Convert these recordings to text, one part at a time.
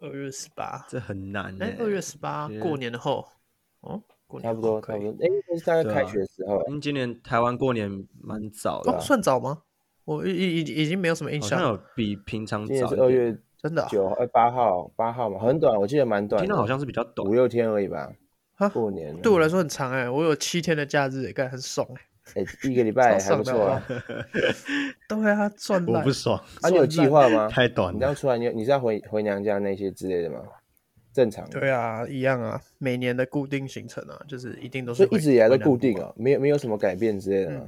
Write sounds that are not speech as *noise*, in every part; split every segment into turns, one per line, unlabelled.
二月十八，
这很难欸。
哎，二月十八
觉得
过年后，哦，过年
差
后
不多，
可
差不
以
多。哎，那是大概
对
开
啊
学的时候啊，
因为今年台湾过年蛮早的啊、
哦，算早吗？我已已已已经没有什么印
好
象
像
了，
有比平常
今年
早
是
一
二
点。
月
真的啊
九号，呃，八号，八号嘛，很短，我记得蛮短
听
的，
到好像是比较短
五，六天而已吧。
啊
过年
对我来说很长哎，我有七天的假日，干很爽哎，
哎，一个礼拜还
超
不
爽的
错啊。
*laughs*
对啊，赚
我
烂
不。爽，
*laughs*
啊，你有计划吗？
太短
你这
了
样。出来，你你是要回回娘家那些之类的吗？正常的，
对啊，一样啊，每年的固定行程啊，就是一定都是
所以一
会
直以来都固。
会
定
南部
哦，没有没有什么改变之类的吗？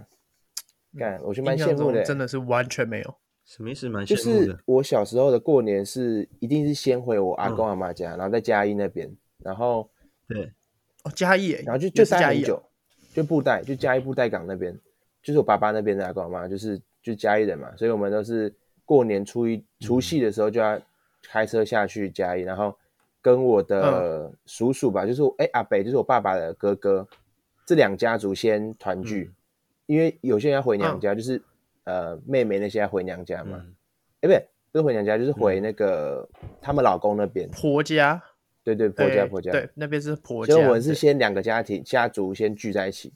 干，我就蛮羡慕
印象
的
中真
欸。
的是完全没有。
什么意思？蛮
就
羡慕
是
的。
我小时候的过年是一定是先回我阿公阿妈家，然后在嘉义那边，然后
对，
哦，嘉义欸，
然后就
也
就是待
嘉
很
义啊
久，就布袋就嘉义布袋港那边，就是我爸爸那边的阿公阿妈，就是就嘉义人嘛，所以我们都是过年初
嗯
一除夕的时候就要开车下去嘉义，然后跟我的
嗯
叔叔吧，就是我哎、阿北，就是我爸爸的哥哥，这两家族先团聚，
嗯
因为有些人要回娘家，就是呃妹妹那些要回娘家嘛，
嗯
哎、不对，不是回娘家，就是
嗯
回那个、他们老公那边，
婆家，
对对，婆家
哎
婆家，
对，那边是婆家。
所以我们是
对
先两个家庭家族先聚在一起，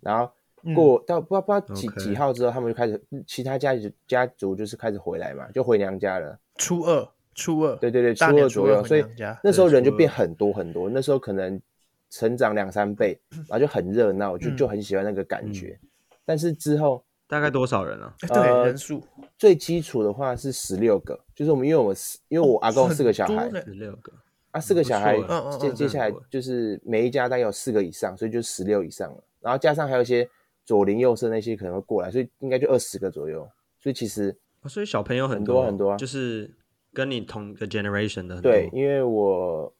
然后
嗯
过、到不知道不知道几
OK
几号之后，他们就开始其他家族家族就是开始回来嘛，就回娘家了。
初二，初二，
对对对，初
大年
二
初
左右，
回
所以
娘家
那时候
对
人就
初二
变很多很多。那时候可能成长两三倍，然后就很热闹，就
嗯
就很喜欢那个感觉。
嗯
但是之后
大概多少人啊？
哎对
呃
人数
最基础的话是十六个，就是我们因为我们四因为我阿公有四个小孩
很多，呢
十六个。
啊，四个
不
小孩
错欸
嗯嗯嗯
接
嗯
接下来
不错欸
就是每一家大概有四个以上，所以就十六以上了。然后加上还有一些左邻右舍那些可能会过来，所以应该就二十个左右。所以其实
哦所以小朋友很
很多很多啊
就是跟你同个 generation 的很多。
对，因为我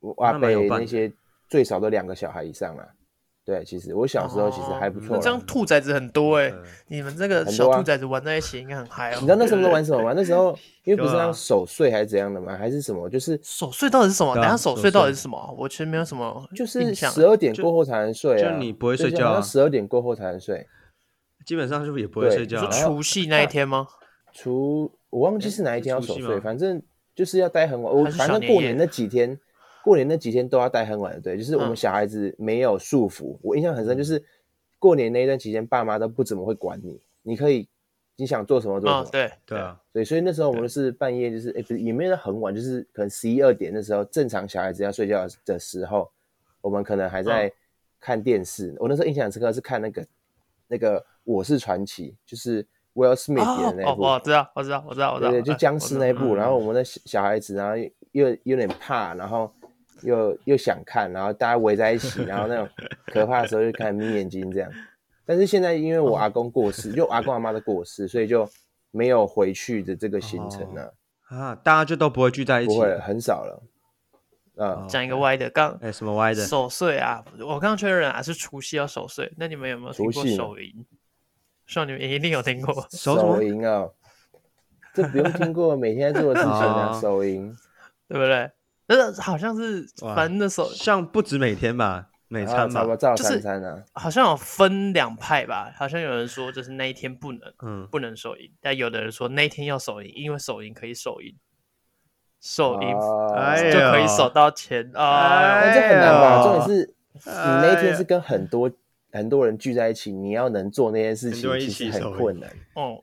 我阿
那蛮有
伯
伴
那
的
些最少都两个小孩以上啦。对，其实我小时候其实还不错
哦那这
啦。
样兔崽子很多哎，
呃
你们这个
很
小
多啊
兔崽子玩在一起应该很嗨哦。
你知道那时候都玩什么吗？那
*laughs*
时候因为不是
对啊
让守岁还是怎样的吗？还是什么？就是
守岁到底是什么？
对
等
啊
一下守
守
岁到
岁
底是什么啊？我其实没有什么
就是
印象啊
十二点过后才能睡啊，
就你不会睡觉啊
十二点过后才能睡。
基本上是不是也不会
对
睡
你
觉
说
啊？
除夕那一天吗？
除我忘记
诶
是哪一天要
是除
守
夕
岁，
吗
反正就是要待很晚。我
还是
反
小
正
年
过
夜
年那几天，过年那几天都要待很
*laughs*
晚。对，就是我
嗯
们小孩子没有束缚。我印象很深，就是过年那一段期间，爸妈都不怎么会管你，你可以你想做什么做什
啊
么。，
对，
对啊，
对，所以那时候我们是半夜，就是哎、不是也没有到很晚，就是可能十一二点的时候，正常小孩子要睡觉的时候，我们可能还
嗯
在看电视。我那时候印象很深刻是看那个那个《我是传奇》，就是 Will Smith 演
哦
的那
哦，
一部。
我知道，我知道，我知道，我知道，
对对，就
哎
僵尸那一部，
嗯
然后我们的小小孩子，然后又又有点怕，然后又又想看，然后大家围在一起，然后
*laughs*
那种可怕的时候就开始眯眼睛这样。但是现在因为我阿公
*laughs*
过世，就我阿公阿妈的过世，所以就没有回去的这个行程了、
啊，大家就都不会聚在一起
不。会了很少了。啊、
哦
嗯讲一个歪的，刚
哎，什么歪的？
守岁啊，我刚确认啊，是除夕要守岁。那你们有没有听
除
过
夕呢
手淫？像你们一定有听过
手什
手
么？
淫啊，这不用听过，每天在做的事情啊，
哦
手淫。
对不对？那好像是，
哇
反正那时候
像不止每天吧，每
然后
餐
啊差
吧
不。多照
就是
三餐啊，
好像有分两派吧，好像有人说就是那一天不能
嗯，
不能手淫，但有的人说那一天要手淫，因为手淫可以手淫，手淫
哦
哎
就可以
呦
手到钱啊。
哎
但这很难吧？
呦
重点是你那一
哎
天
呀
是跟很多很多人聚在一起，你要能做那件事
很
情
多，人一
其
起
实很
手淫 *laughs*
困难
哦，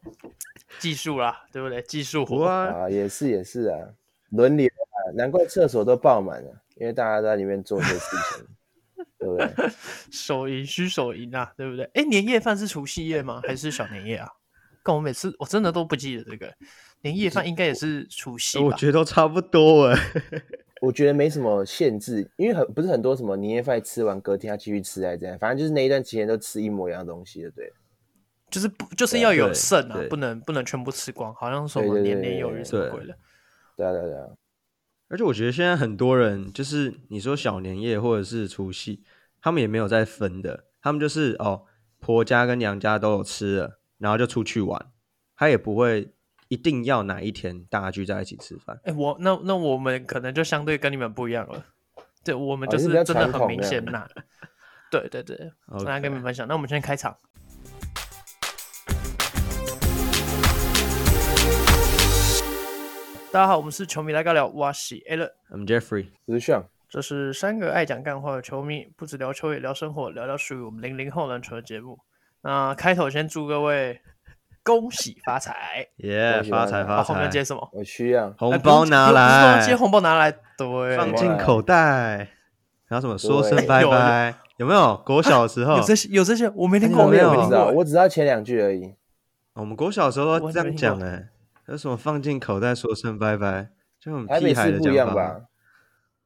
技术啦，对不对？技术
不
活，
啊，
啊。也是也是啊，伦理啊，难怪厕所都爆满了，因为大家都在里面做这些事情，对不对？
手淫需手淫啊，对不对？哎，年夜饭是除夕夜吗？还是小年夜啊？看我每次我真的都不记得这个年夜饭应该也是除夕
我
吧？
觉得都差不多哎。
我觉得没什么限制，因为很不是很多什么年夜饭吃完隔天要继续吃还是怎样，反正就是那一段期间都吃一模一样的东西，对不对？
就是不就是要有
对
剩啊
对，
不能不能全部吃光，好像什
对
么
对对
年年
对
有
对
余什么
对
鬼的。
对啊对啊对啊，
*laughs* 而且我觉得现在很多人就是你说小年夜或者是除夕，他们也没有在分的，他们就是哦婆家跟娘家都有吃了，然后就出去玩，他也不会一定要哪一天大家聚在一起吃饭。
哎、我那那我们可能就相对跟你们不一样了，对我们
哦
就
你
是
是比较
真的
传
很
统
明
这
显
样
呐、 *laughs* 对对对，
OK
那跟你们分享。那我们先开场，大家好，我们是球迷来尬聊，我是 a l
嗯 Jeffrey，
我是 Sean，
这是三个爱讲干话的球迷，不止聊球也聊生活，聊聊属于我们零零后篮球的节目。那开头先祝各位恭喜发财，
耶，
恭喜
发
发
财
财
啊
发
后面要接
财，
什么？
我需要
哎
红
不
包
是
拿
不是不
来
是，接红包拿来，对，
放
进
进口袋，然后什么说声
对
拜拜，有没有？国小的时候
有，这些有这些，我没听
哎
过，没
没有
有
我
听
只知道，
过。
我只知道前两句而已。
我们国小的时候
我
都
还
这样
没听
讲
过
哎，有什么放进口袋说声拜拜，就很
台
屁
北
孩
市
的
不一样
讲法，
吧？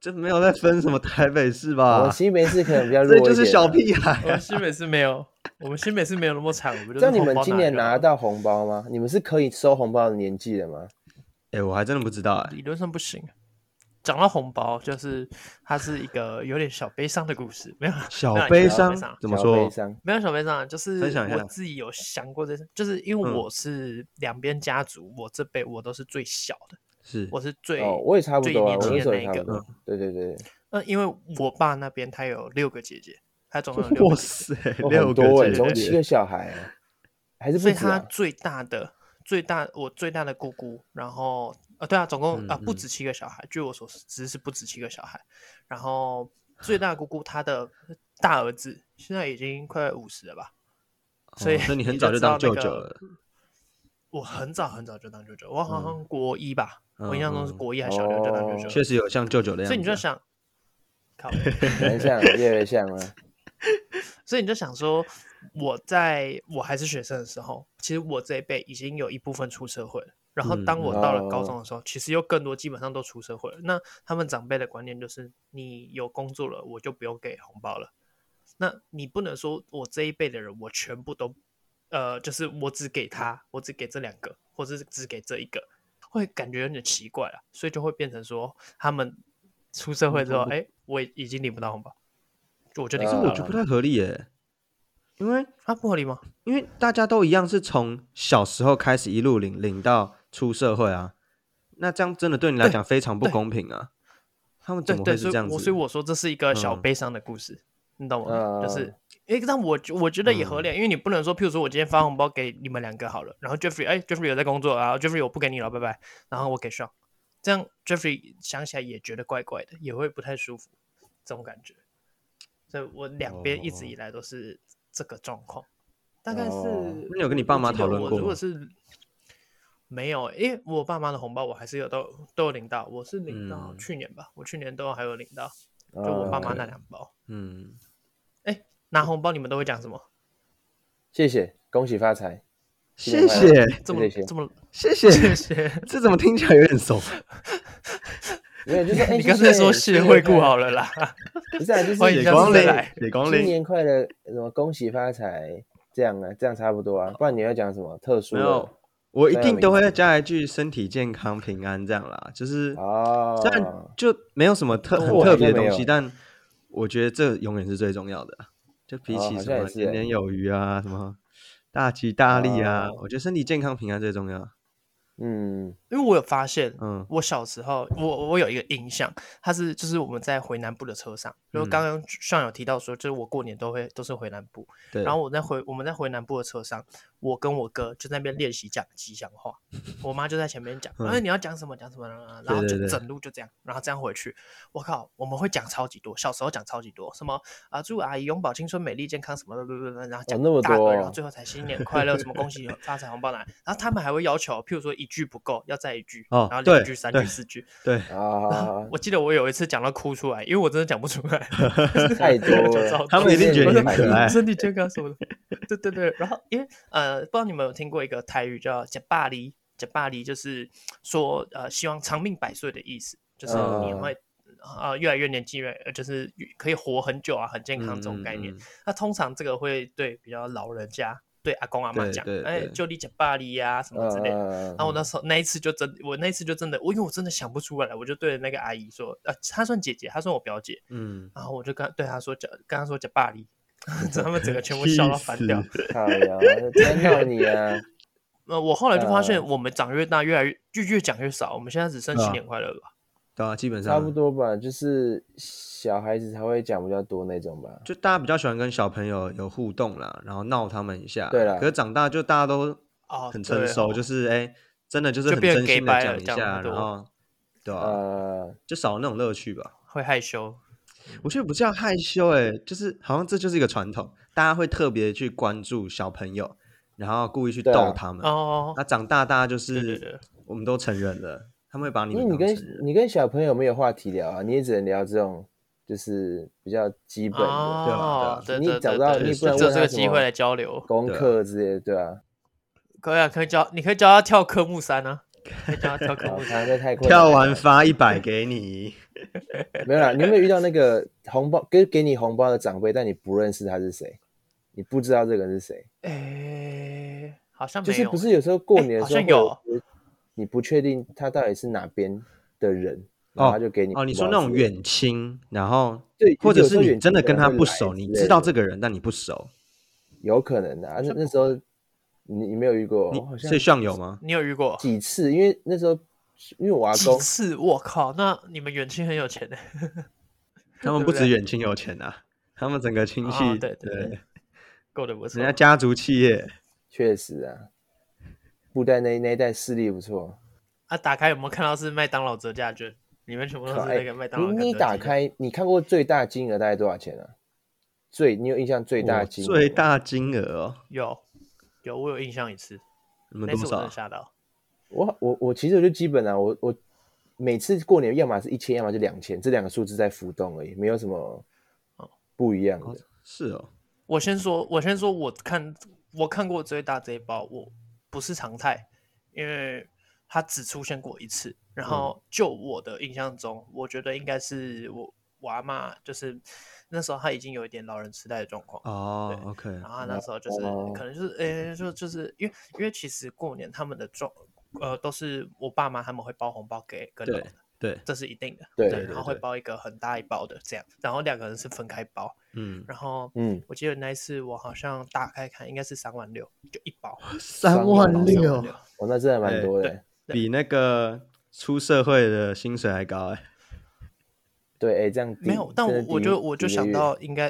这没有在分什么台北市
我
吧
们？新北市可能比较弱
*laughs* 这
一点啊。
就是小屁孩
我
啊
*laughs* 们！新北是没有，我们新北是没有那么惨，我们就是
这样你
红
们
包
今年
拿
拿
来
得到红包吗？你们是可以收红包的年纪了吗？
哎，我还真的不知道哎
就好，理论上不行。啊讲到红包，就是它是一个有点小悲伤的故事，没有啦
小
没有啦
悲
小
伤
伤
怎么
小
说
悲？伤
没有小悲伤啊，就是
分享一下
我自己有想过这，就是因为
嗯
我是两边家族，我这辈我都是最小的，
是
我是最，
哦，我也差不多啊，我
最
那
年
时
轻
候
的
也
那
差
一
不
个。
多。对对对，
呃，因为我爸那边他有六个姐姐，他总共有
*laughs*
六
哇
个姐
塞，
*laughs* 哦
六
很多
个
哎，
姐
总共
姐
七个小孩啊，还是
姐，所
不
以
止
他
啊。
最大的最大我最大的姑姑，然后呃对啊，总共
嗯
啊不
嗯
止七个小孩，据我所知是不止七个小孩，然后最大的姑姑她的大儿子现在已经快五十了吧，所以
哦所以你很
你
早
就
就
知
当
道
舅
那
舅
个
了，
我很早很早就当舅舅，我好像国一吧，
嗯
我印象中是
嗯
国一还是小学就当舅
哦
舅
确
了，
实有像舅舅的样子啊。
所以你就想，靠，
很像，
*laughs*
越来越像了。
所以你就想说，我在我还是学生的时候，其实我这一辈已经有一部分出社会了。然后
嗯
当我到了高
哦
中的时候，其实有更多基本上都出社会了。那他们长辈的观念就是，你有工作了，我就不用给红包了。那你不能说我这一辈的人，我全部都，呃，就是我只给他，我只给这两个，或者是只给这一个，会感觉有点奇怪啊。所以就会变成说，他们出社会之
嗯
后，哎，我已经领不到红包，就我就领
可
不
是
到
呃啊我
了
觉得不太合理欸耶，因为
啊，不合理吗？
因为大家都一样是从小时候开始一路领领到出社会啊，那这样真的对你来讲非常不
对
公平啊。他们
对
怎么
对，
会是
所
这
以
样
我
子？
所以我说这是一个小
嗯呃
悲伤的故事，你懂吗？就是
嗯，
诶，但我觉我觉得也合
嗯
理啊，因为你不能说，譬如说我今天发红包给你们两个好了，然后 Jeffrey，哎，Jeffrey 有在工作，然后 Jeffrey 我不给你了，拜拜，然后我给 Sean，这样 Jeffrey 想起来也觉得怪怪的，也会不太舒服，这种感觉。所以我两边一
哦
直以来都是这个状况，大概是
哦。
那你有跟你爸
我
妈
记
讨
得
论
我
过
如果
吗
是没有，因为我爸妈的红包我还是有都都有领到，我是领到
嗯
去年吧，我去年都还有领到，
就
就
哦
我爸妈那两包。
嗯，
拿红包你们都会讲什么？
谢谢，恭喜发财。
谢谢
这么
谢谢
这么
谢谢，
谢
*laughs*
谢。
这怎么听起来有点
*laughs*
熟？
没有，就是哎
你刚才说
谢
谢
谢
惠顾好了啦，
*laughs* 不是啊，就是
欢迎
李
下次
光
再
临
来，
李光
新
临。
年快乐，什么恭喜发财，这样啊，这样差不多啊，不然你要讲什么特殊
没
的？
有，我一
没有
定
名
都会加一句身体健康平安这样啦，就是
哦，
虽然就没有什么特很
我
特
好
别
像
的
没
东
有
西，但我觉得这永远是最重要的啊。就比
哦
起
好
什
像也
么
是
年
欸
年有余啊，什么大吉大利啊，
哦
我觉得身体健康平安最重要。
嗯，
因为我有发现，
嗯，
我小时候，我我有一个印象，他是就是我们在回南部的车上，就是
嗯
刚刚上有提到说，就是我过年都会都是回南部，
对。
然后我在回我们在回南部的车上，我跟我哥就在那边练习讲吉祥
*laughs*
话，我妈就在前面讲，
嗯
哎、你要讲什么讲什么，然后
对对
就
对
整路就这样，然后这样回去，我靠，我们会讲超级多，小时候讲超级多，什么啊祝阿姨永葆青春美丽健康什么的，然后讲
哦那么
大堆，
多
然后最后才新年快乐，什么恭喜发财红包拿来，然后他们还会要求，譬如说一句不够，要再一句，
哦
然后
对
两句、三句、
对
四句，
对， *laughs*
啊，
*laughs* 我记得我有一次讲到哭出来，因为我真的讲不出来， *laughs*
太多了
讲超多
他们一定觉得你很可爱
*laughs* 身体健康什么的。对对对，然后因为呃，不知道你们有听过一个台语叫“假巴黎”，假巴黎就是说呃，希望长命百岁的意思，就是你
嗯
会啊、呃越来越年轻，越来呃就是可以活很久啊，很健康这种概念。
嗯。嗯嗯
那通常这个会对比较老人家，对阿公阿妈
对
讲
对，
哎，
对
就你假巴黎呀什么之类的。
嗯
然后我那时候那一次就真，我那一次就真的，我因为我真的想不出来了，我就对着那个阿姨说，呃，她算姐姐，她算我表姐，
嗯，
然后我就跟她对她说，讲跟她说讲巴 *laughs* 黎，他们整个全部笑到翻掉
气。死
靠呀，真闹你啊！
呃，我后来就发现，
呃
我们长越大，越来越就越讲越少，我们现在只剩
对
嗯
啊
新年快乐了吧？
对啊，基本上
差不，多吧， *laughs* 就是小孩子才会讲比较多那种吧。
就大家比较喜欢跟小朋友有互动啦，然后闹他们一下。
对啦
可是长大就大家都
哦，对
很成熟，
哦
就是哎，真的就是
就
很
变
真
gay
心的
掰
讲
了
一
讲那
下，
么多
然后对吧、
呃，
就少了那种乐趣吧。
会害羞。
我觉得不叫害羞、欸，就是好像这就是一个传统，大家会特别去关注小朋友，然后故意去
对啊
逗他们。
哦
那、，长大大家就
对对
是
对，
我们都成人了，他们会把你
因
们
为你
当
跟
成人。
你跟小朋友没有话题聊啊，你也只能聊这种就是比较基本的、
对吧
哦，对
对
对
啊你找
对
不到
对
你不
就
然
只有这
问他
个
什
机
么
会来交流，
功
对啊
课之类的，对啊，
可以啊，可以教，你可以教他跳科目三啊，可以教他跳科
然后
目
*laughs* 他
三。
那太困难了
跳完发一百给你，
没有啦，你有没有遇到那个红包给给你红包的长辈，但你不认识他是谁，你不知道这个人是谁？
哎，好像
就
没
是
有
不
欸，
是有时候过年的时候
哎好像有
会你不确定他到底是哪边的人，
哦
然后他就给你
哦，你说
红
那
包
种
之类的
远亲，然后
对
或者
有时
是
候
你
远
真的
亲可
跟
能
他
会
不
来
熟，
之
你
类
知道
的
这个人，但你不熟，
有可能的啊，那那时候你你没有遇过，
你
我好像
所以上
*laughs*
有吗？
你有遇过
几次，因为那时候因为我阿
几
公
次？我靠，那你们远亲很有钱呢。
他们
对不
不止
对
远亲有钱啊，他们整个亲
哦
戚、
对对对过得不错
人家。家族企业，
确实啊，布袋那那一代势力不错。
啊，打开有没有看到是麦当劳折价券？里面全部都
靠
是
哎
那个麦当劳。
你你打，开，你看过最大金额大概多少钱啊？最你有印象最大
哇
金额吗
最大金额哦，
有有，我有印象一次，
你们
那
多
次我真
少
的
啊？
吓到。
我我我其实我就基本啊，我我每次过年要么是一千，要么就两千，这两个数字在浮动而已，没有什么
哦
不一样的。
是哦，
我先说，我先说，我看我看过最大这一包，我不是常态，因为它只出现过一次。然后就我的印象中，我觉得应该是我我阿妈，就是那时候她已经有一点老人痴呆的状况。
哦
对
，OK，
然后他那时候就是
哦
可能就是诶、就就是因为因为其实过年他们的状呃都是我爸妈他们会包红包给跟老
对
的，
对，
这是一定的，
对
对
然后会
对
包一个很大一包的这样，然后两个人是分开包，
嗯，
然后
嗯，
我记得那一次我好像打开看应该是三万六，就一包
三
万
3
六
万六，
我、哦那真的蛮多的、
哎对
比那个出社会的薪水还高
欸
哎，
对，哎、这样抵
没有，但
真
我
的
我
抵
就我就
抵一
想
个月
到应该，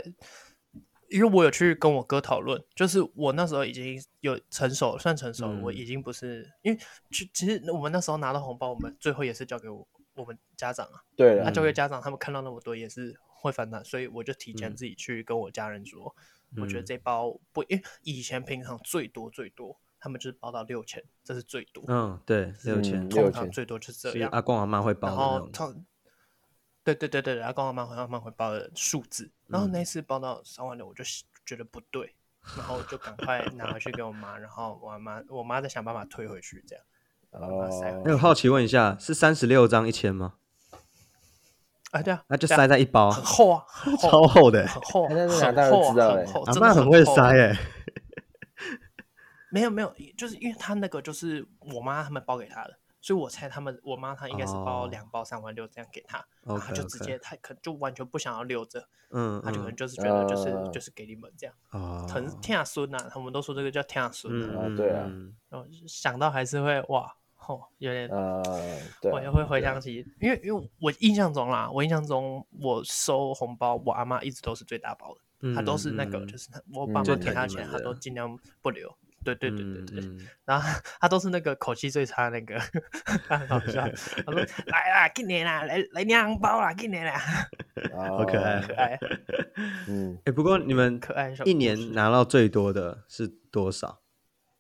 因为我有去跟我哥讨论，就是我那时候已经有成熟，算成熟了，我
嗯
已经不是因为其其实我们那时候拿到红包，我们最后也是交给我我们家长啊，
对了
他、
嗯
交给家长，他们看到那么多也是会反弹，所以我就提前
嗯
自己去跟我家人说，我觉得
嗯
这包不，因为以前平常最多最多他们就是包到六千，这是最多，
嗯，对，六千
嗯，
通
6000
常最多就是这
是
样。
阿公阿妈会包
然
的那
后
种，
他，对对对对，然后刚刚慢慢慢会报的数字，然后那一
嗯
次报到三万六，我就觉得不对，然后我就赶快拿回去给我妈，然后我妈我妈再想办法退回去，这样把它塞回
哎，
哦
我，好奇问一下，是三十六张一千吗？
啊对啊，
那就
对啊
塞在一包，
很厚啊，很厚
超厚的欸，
很厚啊，
哎那是哪
很
大人
厚
知道
啊，很
哎
厚，
阿
真
妈
的
很会
厚啊
塞哎，
没有没有，就是因为他那个就是我妈他们包给他的，所以我猜他们我妈她应该是包
哦
两包三万六这样给他，然后他
OK，
就直接他可就完全不想要留着，
嗯，
他就可能
嗯
就是觉得就是
啊
就是给你们这样。
哦，
疼天下孙呐，他们都说这个叫天下孙啊，
啊对啊
嗯
然后想到还是会哇，吼，有点，
呃，对
我
啊
也，会回想起，因为因为我印象中啦，我印象中我收红包，我阿妈一直都是最大包的，
嗯
她都是那个
嗯
就是她我
嗯
爸
最
妈
疼
给她
你
钱，
们
她
的
都尽量不留。对对对对对，
嗯嗯
然后她都是那个口气最差的那个，她很好笑。她
*laughs*
说：“来啦，给你啦，来来领红包啦，给你啦。
好
好可爱”
可
*laughs*
爱，啊
嗯，
哎，不过你们
可爱小
一
故
年
事
拿到最多的是多少？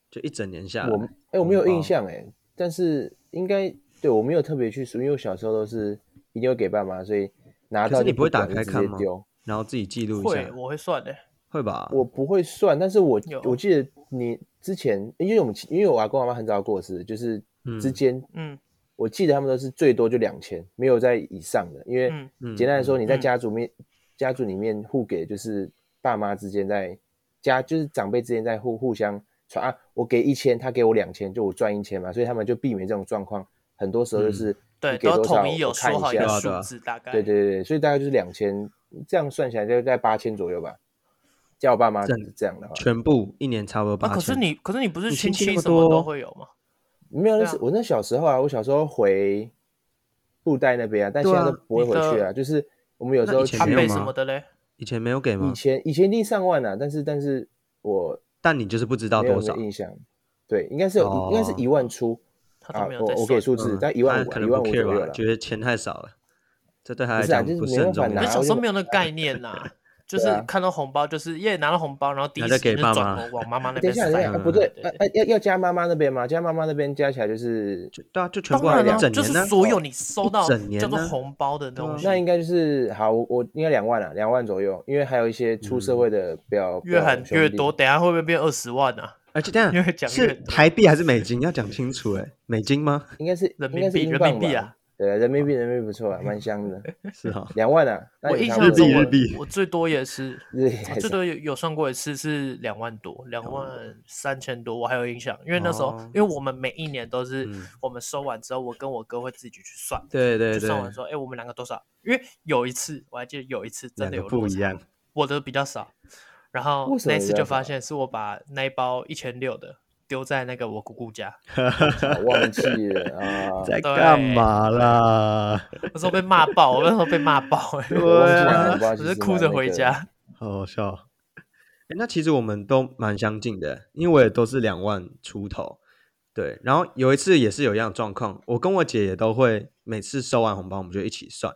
就一整年下来，
我哎、我没有
红包
印象哎、但是应该对我没有特别去数，因为我小时候都是一定会给爸妈，所以拿
可
到
是你
就
不会
管
打开
就
看
直
吗
接丢。
然后自己记录一
会
下，
我会算的，
会吧？
我不会算，但是我
有
我记得你之前，因为我们因为我阿公阿妈很早过世，就是之间、
嗯
我记得他们都是最多就两千，没有在以上的，因为
嗯
嗯
简单来说，你在
嗯
家族面、家族里面互给就是爸妈之间在家就是长辈之间在互互相传啊，我给一千，他给我两千，就我赚一千嘛，所以他们就避免这种状况，很多时候就是
嗯对，
你
都
给
要
多少
统一有
我看
说好一
下
个
对啊对
数
啊
字，大概
对对对，所以大概就是两千，这样算起来就在八千左右吧。叫我爸妈
这
是这样的话，
全部一年差不多八
啊，
千。
可是你，可是你不是
你
亲
亲
戚
戚那么
什么
多
都会有吗？
没有，那
对啊
是我那小时候啊，我小时候回布袋那边啊，但
对
现
啊
在都不会回去
你
啊。
的
就是我们有时
那
候
以前
阿
没有
贝
吗
什么的嘞？
以前没有给吗
以？前以前一定上万啊，但是但是我
但你就是不知道
没有
多
什
少
么印象，对，应该是有，
哦
应该是一万出，
他
啊
都没，有
我
在
我
算
给数字，
嗯
在一万
他可
五啊，一
能
万
不
五
care
左右
吧，
了。
觉得钱太少了，这对他
不
来
是啊
讲
就是
不
没
很
办法
重
我
拿
就
要。
小时候
就
没有那个概念呐、
*laughs*
就是
对啊
看到红包，就是耶拿到红包，然后第一
然后
时
再给
间就
爸
转
妈
头往妈妈那
等
边
一下，等一
塞
下，
嗯
啊不对，
对
啊啊要要加妈妈那边吗？加妈妈那边加起来就是，
就对啊，就全
当
部来
然
讲
了，
整
就
年
是
呢，哦
所有你收到
一整年
叫做
呢
红包的东西
那，应该就是好，我我应该两万啊，两万左右，因为还有一些出
嗯
社会的表
越喊
啊表兄
越
弟
多，等一下会不会变二十万啊？
而且这样
*laughs*
越讲越
是
多
台币还是美金？要讲清楚哎， *laughs* 美金吗？
应该是
人
应该
民
是
币，
英
人
镑
民币
吧
啊！！
对，人民币人民币不错啊，蛮香
*laughs*
的，
是哦哈，
两万啊，那
我
也
印
差
象
不多
中
日
我
币日币
我最多也是，
日币
我哦
还
最
是
多有有算过一次是两万多，两万三千多，我还有印象，因为那时候
哦
因为我们每一年都是
嗯
我们收完之后，我跟我哥会自己去算，
对对
就
对
算，完说，哎，我们两个多少？因为有一次我还记得有一次真
两
的
个
有
不
落
一
差
样，
我的比较少，然
为
后
什么
那一
你
次
比
就
较
啊
发
少
现是我把那一包一千六的丢在那个我姑姑家，
啊 *laughs* 忘记了啊
*laughs* ，在
对
干嘛啦？
那时候被骂爆，我那时候被骂爆、欸，
对
我忘记了，
啊
我不知道
我
其
是
实
哭着回
蛮
家。
好好笑哦。诶那其实我们都蛮相近的，因为我也都是两万出头。对，然后有一次也是有一样的状况，我跟我姐也都会每次收完红包我们就一起算，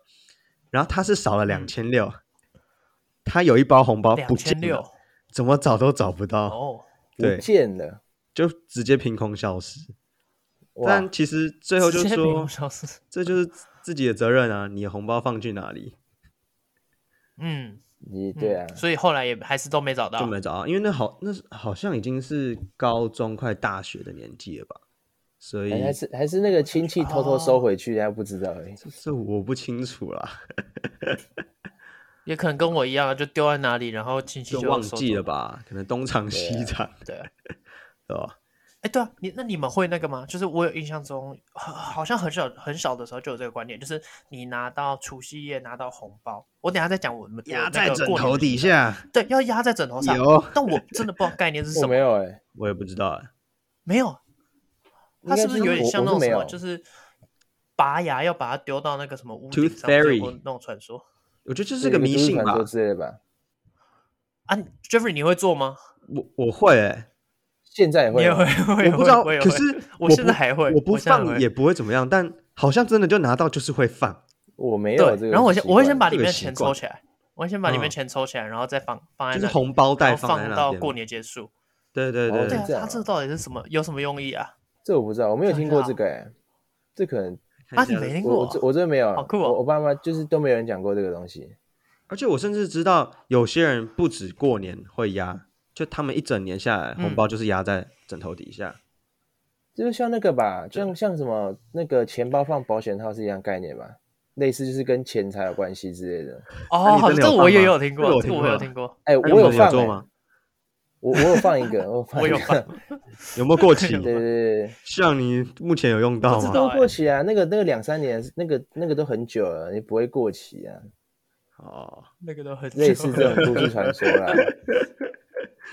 然后她是少了两千六，她有一包红
嗯
包
两
哦不
千
见
六
了，怎么找都找不到，
哦，
那个
对
不见了，
就直接凭空消失。
哇
但，其实最后就
直接比我
说，
消失
这就是自己的责任啊，你的红包放去哪里
嗯，
你
嗯
对啊，
所以后来也还是都没找到
就，没找到，因为那好那是好像已经是高中快大学的年纪了吧，所以
哎还是还是那个亲戚偷
哦
偷收回去，人家不知道哎，
这这我不清楚啦，
也可能跟我一样，就丢在哪里，然后亲戚
就忘
收
记
走
了。吧，可能东藏西藏，
对啊，
对吧？
哎、对啊，你那你们会那个吗？就是我有印象中，好好像很小很小的时候就有这个观念，就是你拿到除夕夜拿到红包，我等一下再讲我们
压
我
在
那个
枕
过年
头
的习
底
惯，
下，
对，要压在枕头上。
有
但我真的不知道概念是什
我
么
没，有哎，
我也不知道哎，
没有，它是不是
应
有
该
点
我
像那
我
种
是没
什
有
么，就是拔牙要把它丢到那个什么屋顶
Tooth
上，有
fairy
过那种传说
我觉得这
这
是个迷信
传
吧
说，之类的吧？
啊？Jeffrey，你会做吗？
我我会哎，
现在也
你
会啊
也
吗，
会， *laughs* 我也
我
*laughs* 会
不知道，
我也
可
会
是
我
不
现在还会
我不
我现在还
放
会
也不会怎么样，但好像真的就拿到就是会放，
我没有
对，
这个习惯，
然后我先我会先把
这
里
个
面
习
钱
惯
抽起来，我会先把里面
嗯
钱抽起来，然后再放放在
就是
那里
红包袋
然后
在
放
那
到
边
过
嘛，
年结束。
对对
哦
对
对对
啊，
这样
它
啊
这个到底是什么？有什么用意啊？
这我不知道，我没有听过
真的啊
这个哎，这可能
看
啊，
一
你
下
没听
我
过
我
啊
这？我真的没有，
好酷哦
我我爸妈就是都没有人讲过这个东西，
而且我甚至知道有些人不止过年会压，就他们一整年下来
嗯
红包就是压在枕头底下。
就是像那个吧，就像像什么那个钱包放保险套是一样概念吧，类似就是跟钱财有关系之类的。
那你
哦，
真的
这个
有
我
放
也
吗
有听
这个我
过，这个我有欸
听过
听过，
哎，
那
我
你们
放
做
哎
吗？
我我有放一个，我有放
我
一
有
个，
放，
有没
*laughs*
有过期
有？
对对对对，
像你目前有用到
不知
吗？
道
都
哎
过期啊，那个那个两三年，那个那个都很久了，你不会过期啊，
哦，
那个都很
类
久
似
了
这种都市传说
*laughs*
啦，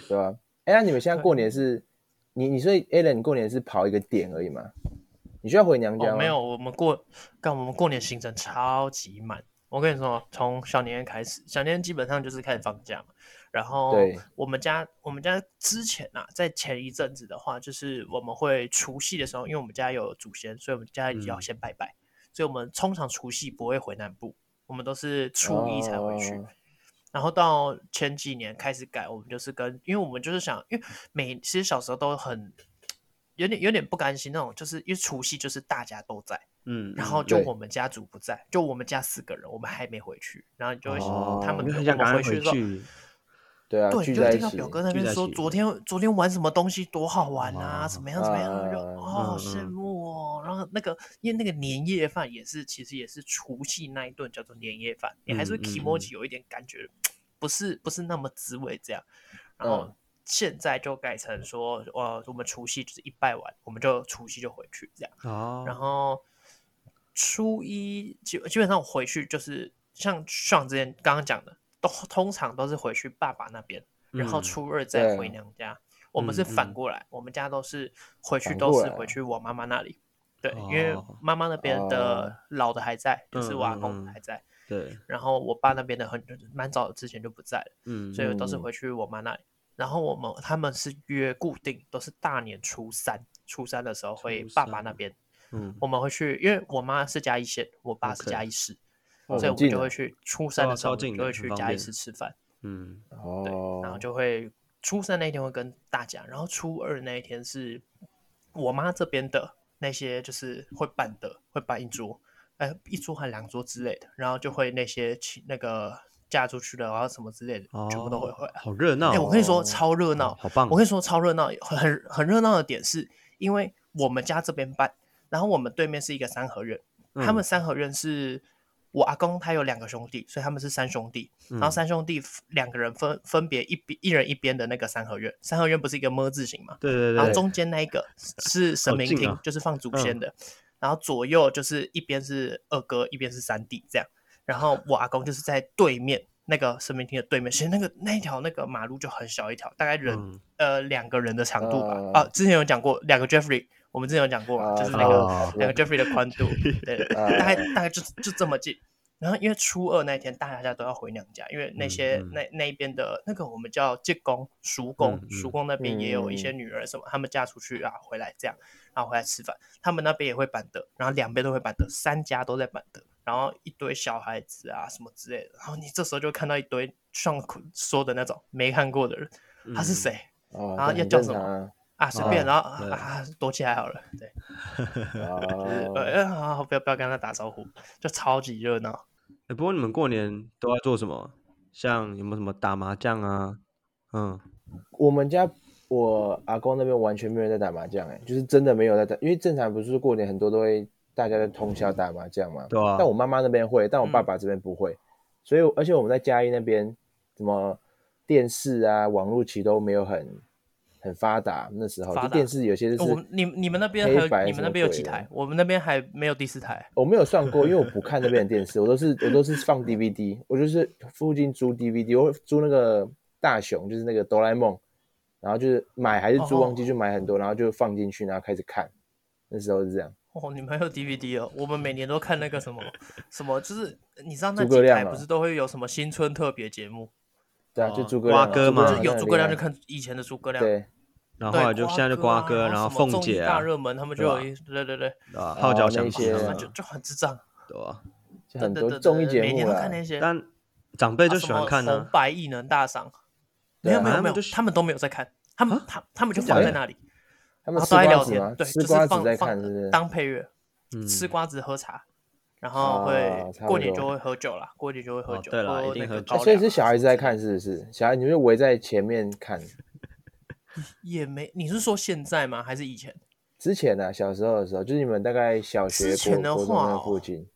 对吧？哎，那你们现在过年是，你你所以 Alan 你过年是跑一个点而已吗？你需要回娘家
哦，
吗？
没有，我们过，干我们过年行程超级满。我跟你说，从小年夜开始，小年夜基本上就是开始放假嘛。然后
对
我们家，我们家之前啊，在前一阵子的话，就是我们会除夕的时候，因为我们家有祖先，所以我们家要
嗯
先拜拜，所以我们通常除夕不会回南部，我们都是初一才回去。
哦
然后到前几年开始改，我们就是跟，因为我们就是想，因为每其实小时候都很有点有点不甘心那种，就是因为除夕就是大家都在，
嗯，
然后
嗯
就
对
我们家族不在，就我们家四个人，我们还没回去，然后你就会、
哦
他们
你
我
很想赶
们
快
回
回
的时候，
去，
对啊，
对，
聚
你就会
在一
听到
起。
表哥那
聚在
边
一
说
起
昨天昨天玩什么东西多好玩啊，
哦
怎么样怎么样，然后就
啊
哦好
嗯
羡
嗯
慕哦。然后那个因为那个年夜饭也是其实也是除夕那一顿叫做年夜饭，你还是会
嗯嗯
i m o j i 有一点感觉，不是不是那么滋味这样。然
嗯
后现在就改成说，呃，我们除夕就是一拜完，我们就除夕就回去这样。
哦，
然后初一基基本上我回去就是像上之前刚刚讲的，都通常都是回去爸爸那边，然后
嗯
初二再
对
回娘家。我们是
嗯嗯
反过来，我们家都是回去
反
都
过
是
来
回去我妈妈那里。对，因为
啊哦
妈妈那边
哦
的老的还在，就是我阿
嗯嗯
公
嗯
还在，
对，
然后我爸那边的很蛮早之前就不在了。
嗯，
所以都是
嗯
回去我妈那里。然后我们他们是约固定，都是大年初三，初三的时候回
初
爸爸
三
那边，
嗯，
我们会去，因为我妈是嘉义县，我爸是
OK
嘉义市
哦
所以
很
我们
近
就
啊
会去初三
哇
的时候，
哦超
我们
近
就
的
会
很
去
方
嘉义
便
市吃饭。
嗯，
对，然后
哦，
就会初三那一天会跟大家，然后初二那一天是我妈这边的那些就是会办的，会办一桌，呃，一桌还两桌之类的，然后就会那些亲那个嫁出去的，然后什么之类的，
哦，
全部都会回来。
好热闹哦。
哎、我跟你说超热闹，
好棒哦！
我跟你说超热闹，很很热闹的点是因为我们家这边办，然后我们对面是一个三合院，
嗯
他们三合院是我阿公他有两个兄弟，所以他们是三兄弟，
嗯，
然后三兄弟两个人分分别一边一人一边的那个三合院，三合院不是一个么字形嘛？
对对
然后
对，
中间那一个是神明
好近
厅，
啊
就是放祖先的，然后左右就是一边是二哥，一边是三弟这样。然后我阿公就是在对面那个神明厅的对面，其实那个那一条那个马路就很小一条，大概人、
嗯呃
呃两个人的长度吧。
嗯
啊，之前有讲过两个 Jeffrey，我们之前有讲过嘛，就是那个
哦
两个 Jeffrey 的宽度，
*laughs*
对，
啊
大概大概就就这么近。然后因为初二那一天，大家都要回娘家，因为那些、
嗯嗯
那那一边的那个我们叫舅公、叔公、
嗯嗯嗯
叔公那边也有一些女儿什么，他们嫁出去啊，回来这样，然后回来吃饭，他们那边也会板凳，然后两边都会板凳，三家都在板凳，然后一堆小孩子啊什么之类的，然后你这时候就看到一堆上说的那种没看过的人，他是
嗯
谁？
哦
然后
这
要
很
叫
正
什
常
么
啊
啊，随便，
哦
然后啊
对
啊躲起来好了，对，就是呃，
哦，
呃好好不要不要跟他打招呼，就超级热闹。
哎、不过你们过年都在做什么？像有没有什么打麻将啊？嗯，
我们家我阿公那边完全没有在打麻将，哎，就是真的没有在打，因为正常不是过年很多都会大家在通宵打麻将嘛，
对啊
但我妈妈那边会，但我爸爸这边不会，所以而且我们在嘉义那边，什么电视啊、网络其实都没有很很发达，那时候
发达
就电视有些就是
我们你你们那边还有
黑白
你们那边有几
什么鬼的
台？我们那边还没有第四台。
我没有算过，因为我不看那边的电视，我都是我都是放 DVD，我就是附近租 DVD，我会租那个大熊，就是那个哆啦 A 梦，然后就是买还是租
哦
忘记就买很多，然后就放进去，然后开始看。那时候是这样，
哦，你们还有 DVD 哦？我们每年都看那个
*laughs*
什么什么，就是你知道那
诸葛
几
亮
台
啊
不是都会有什么新春特别节目，
对啊，
哦
就诸葛
瓜
亮，
哥嘛
就
哇
是有
很
诸葛亮
厉
就
害
看以前的诸葛亮，
对，
然后
对，
后来就现在就瓜
哥
哥，
啊，
然
后什么
后凤
综艺
姐啊
大，热门，他们就
对吧
有一对对对，
对吧号角
哦
响
那
起
些
他
啊
们，就就很智障，
对吧？
就很
对
多
对对
综艺
对
节
每
目啊
天都
啦
看。那些，
但长辈
啊
就
什
喜欢
么
看呢、
红白异能大赏，没
对
有
啊
没有没
他们
有
就，是啊
他们都没有在看，他们他他们就放
假
在
的
那里，
他
然
们
后
吃
哦都在
瓜
聊
子吗
天，？对，
吃
就
瓜
是
子
放
在看
放
是不是？
当配乐，
嗯，
吃瓜子喝茶，然后会
啊差不
过年
多
就会喝酒啦，过年就会喝
哦
酒，
对啦一定
那个
喝
高
酒
啊所以
粱
是
啊
小孩
什
子
么
在
之
看，是不是？小孩你们就围在前面看。
类的，也没你是说现在吗？还是以前？
之前啊，小时候的时候，就是你们大概小学、
之前的
国国中那
话哦哦
附近，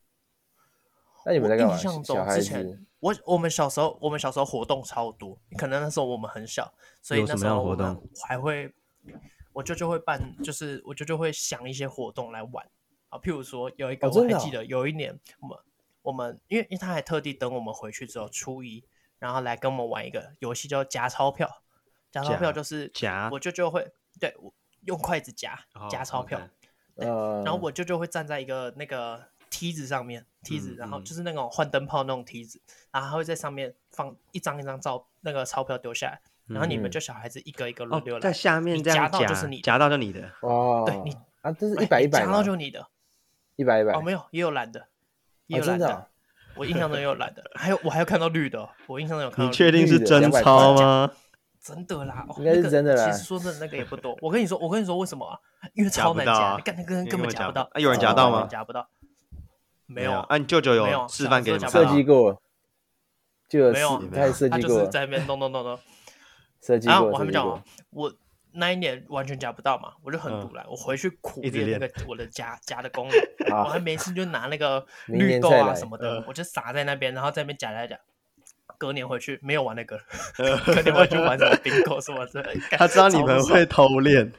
那你
我
们在干嘛？
印象
小
中
孩
之
子
前，我我们小时候，我们小时候活动超多，可能那时候我们很小，所以
有
那
什
时
么样
候
的
我
活
们
动
还会，我舅舅会办，就是我舅舅会想一些活动来玩啊，譬如说有一个
哦
我
真
还
的
记
哦
得，有一年我们我们因为因为他还特地等我们回去之后初一，然后来跟我们玩一个游戏叫夹钞票，夹钞票
夹
就是
夹
我舅舅会对我用筷子夹
哦
夹钞票，
OK
呃，
然后我舅舅会站在一个那个梯子上面，梯子，
嗯
然后
嗯
就是那种换灯泡那种梯子，然后他会在上面放一张一张照那个钞票丢下来，然后你们
嗯
就小孩子一个一个轮流
哦，
来，
在下面
你
这样
夹到
夹，
就是你的
夹到就你的，
哇，
对你
啊，这是
哎
一百
你
一百
夹
吗
到？就你的，
一百一百
哦，没有，也有蓝的，也有
真
蓝
的
的
啊，
我印象中也有蓝的，还有我还有看到绿的哦，我印象中有看
你
到
确
绿的，
定是
绿的
真
200
钞
块
吗？
真的啦，哦
应该是
那个
真的啦
其实说真的，那个也不多。我跟你说，我跟你说为什么啊？因为
夹
超
不
难
到
夹
啊
的，根根
因
根
为
本
夹
夹
不
到
到啊有人
夹
根
到
本
吗
夹不到，没
没
有啊，
啊，你舅舅
没有
示
小
范
时
给
候
你
夹不
们看
设
到
吗
计过，就有
没有啊
他也设
他
计
就
过
是，在那边弄弄弄弄。
设计
然后
过，
我还
设
没
计
讲
过
完，我那一年完全夹不到嘛，我就很堵然，我回去苦
一直
练那
练
个我的夹夹的功力，
好
我还每次就拿那个
明
绿
年
豆
再
啊
来
什么的，我就撒在那边，然后在那边夹夹夹。隔年回去没有玩那个，隔年回去玩什么 bingo 什么之类的。
他知道你
*laughs* 超不
们
爽
会偷
*laughs*
练，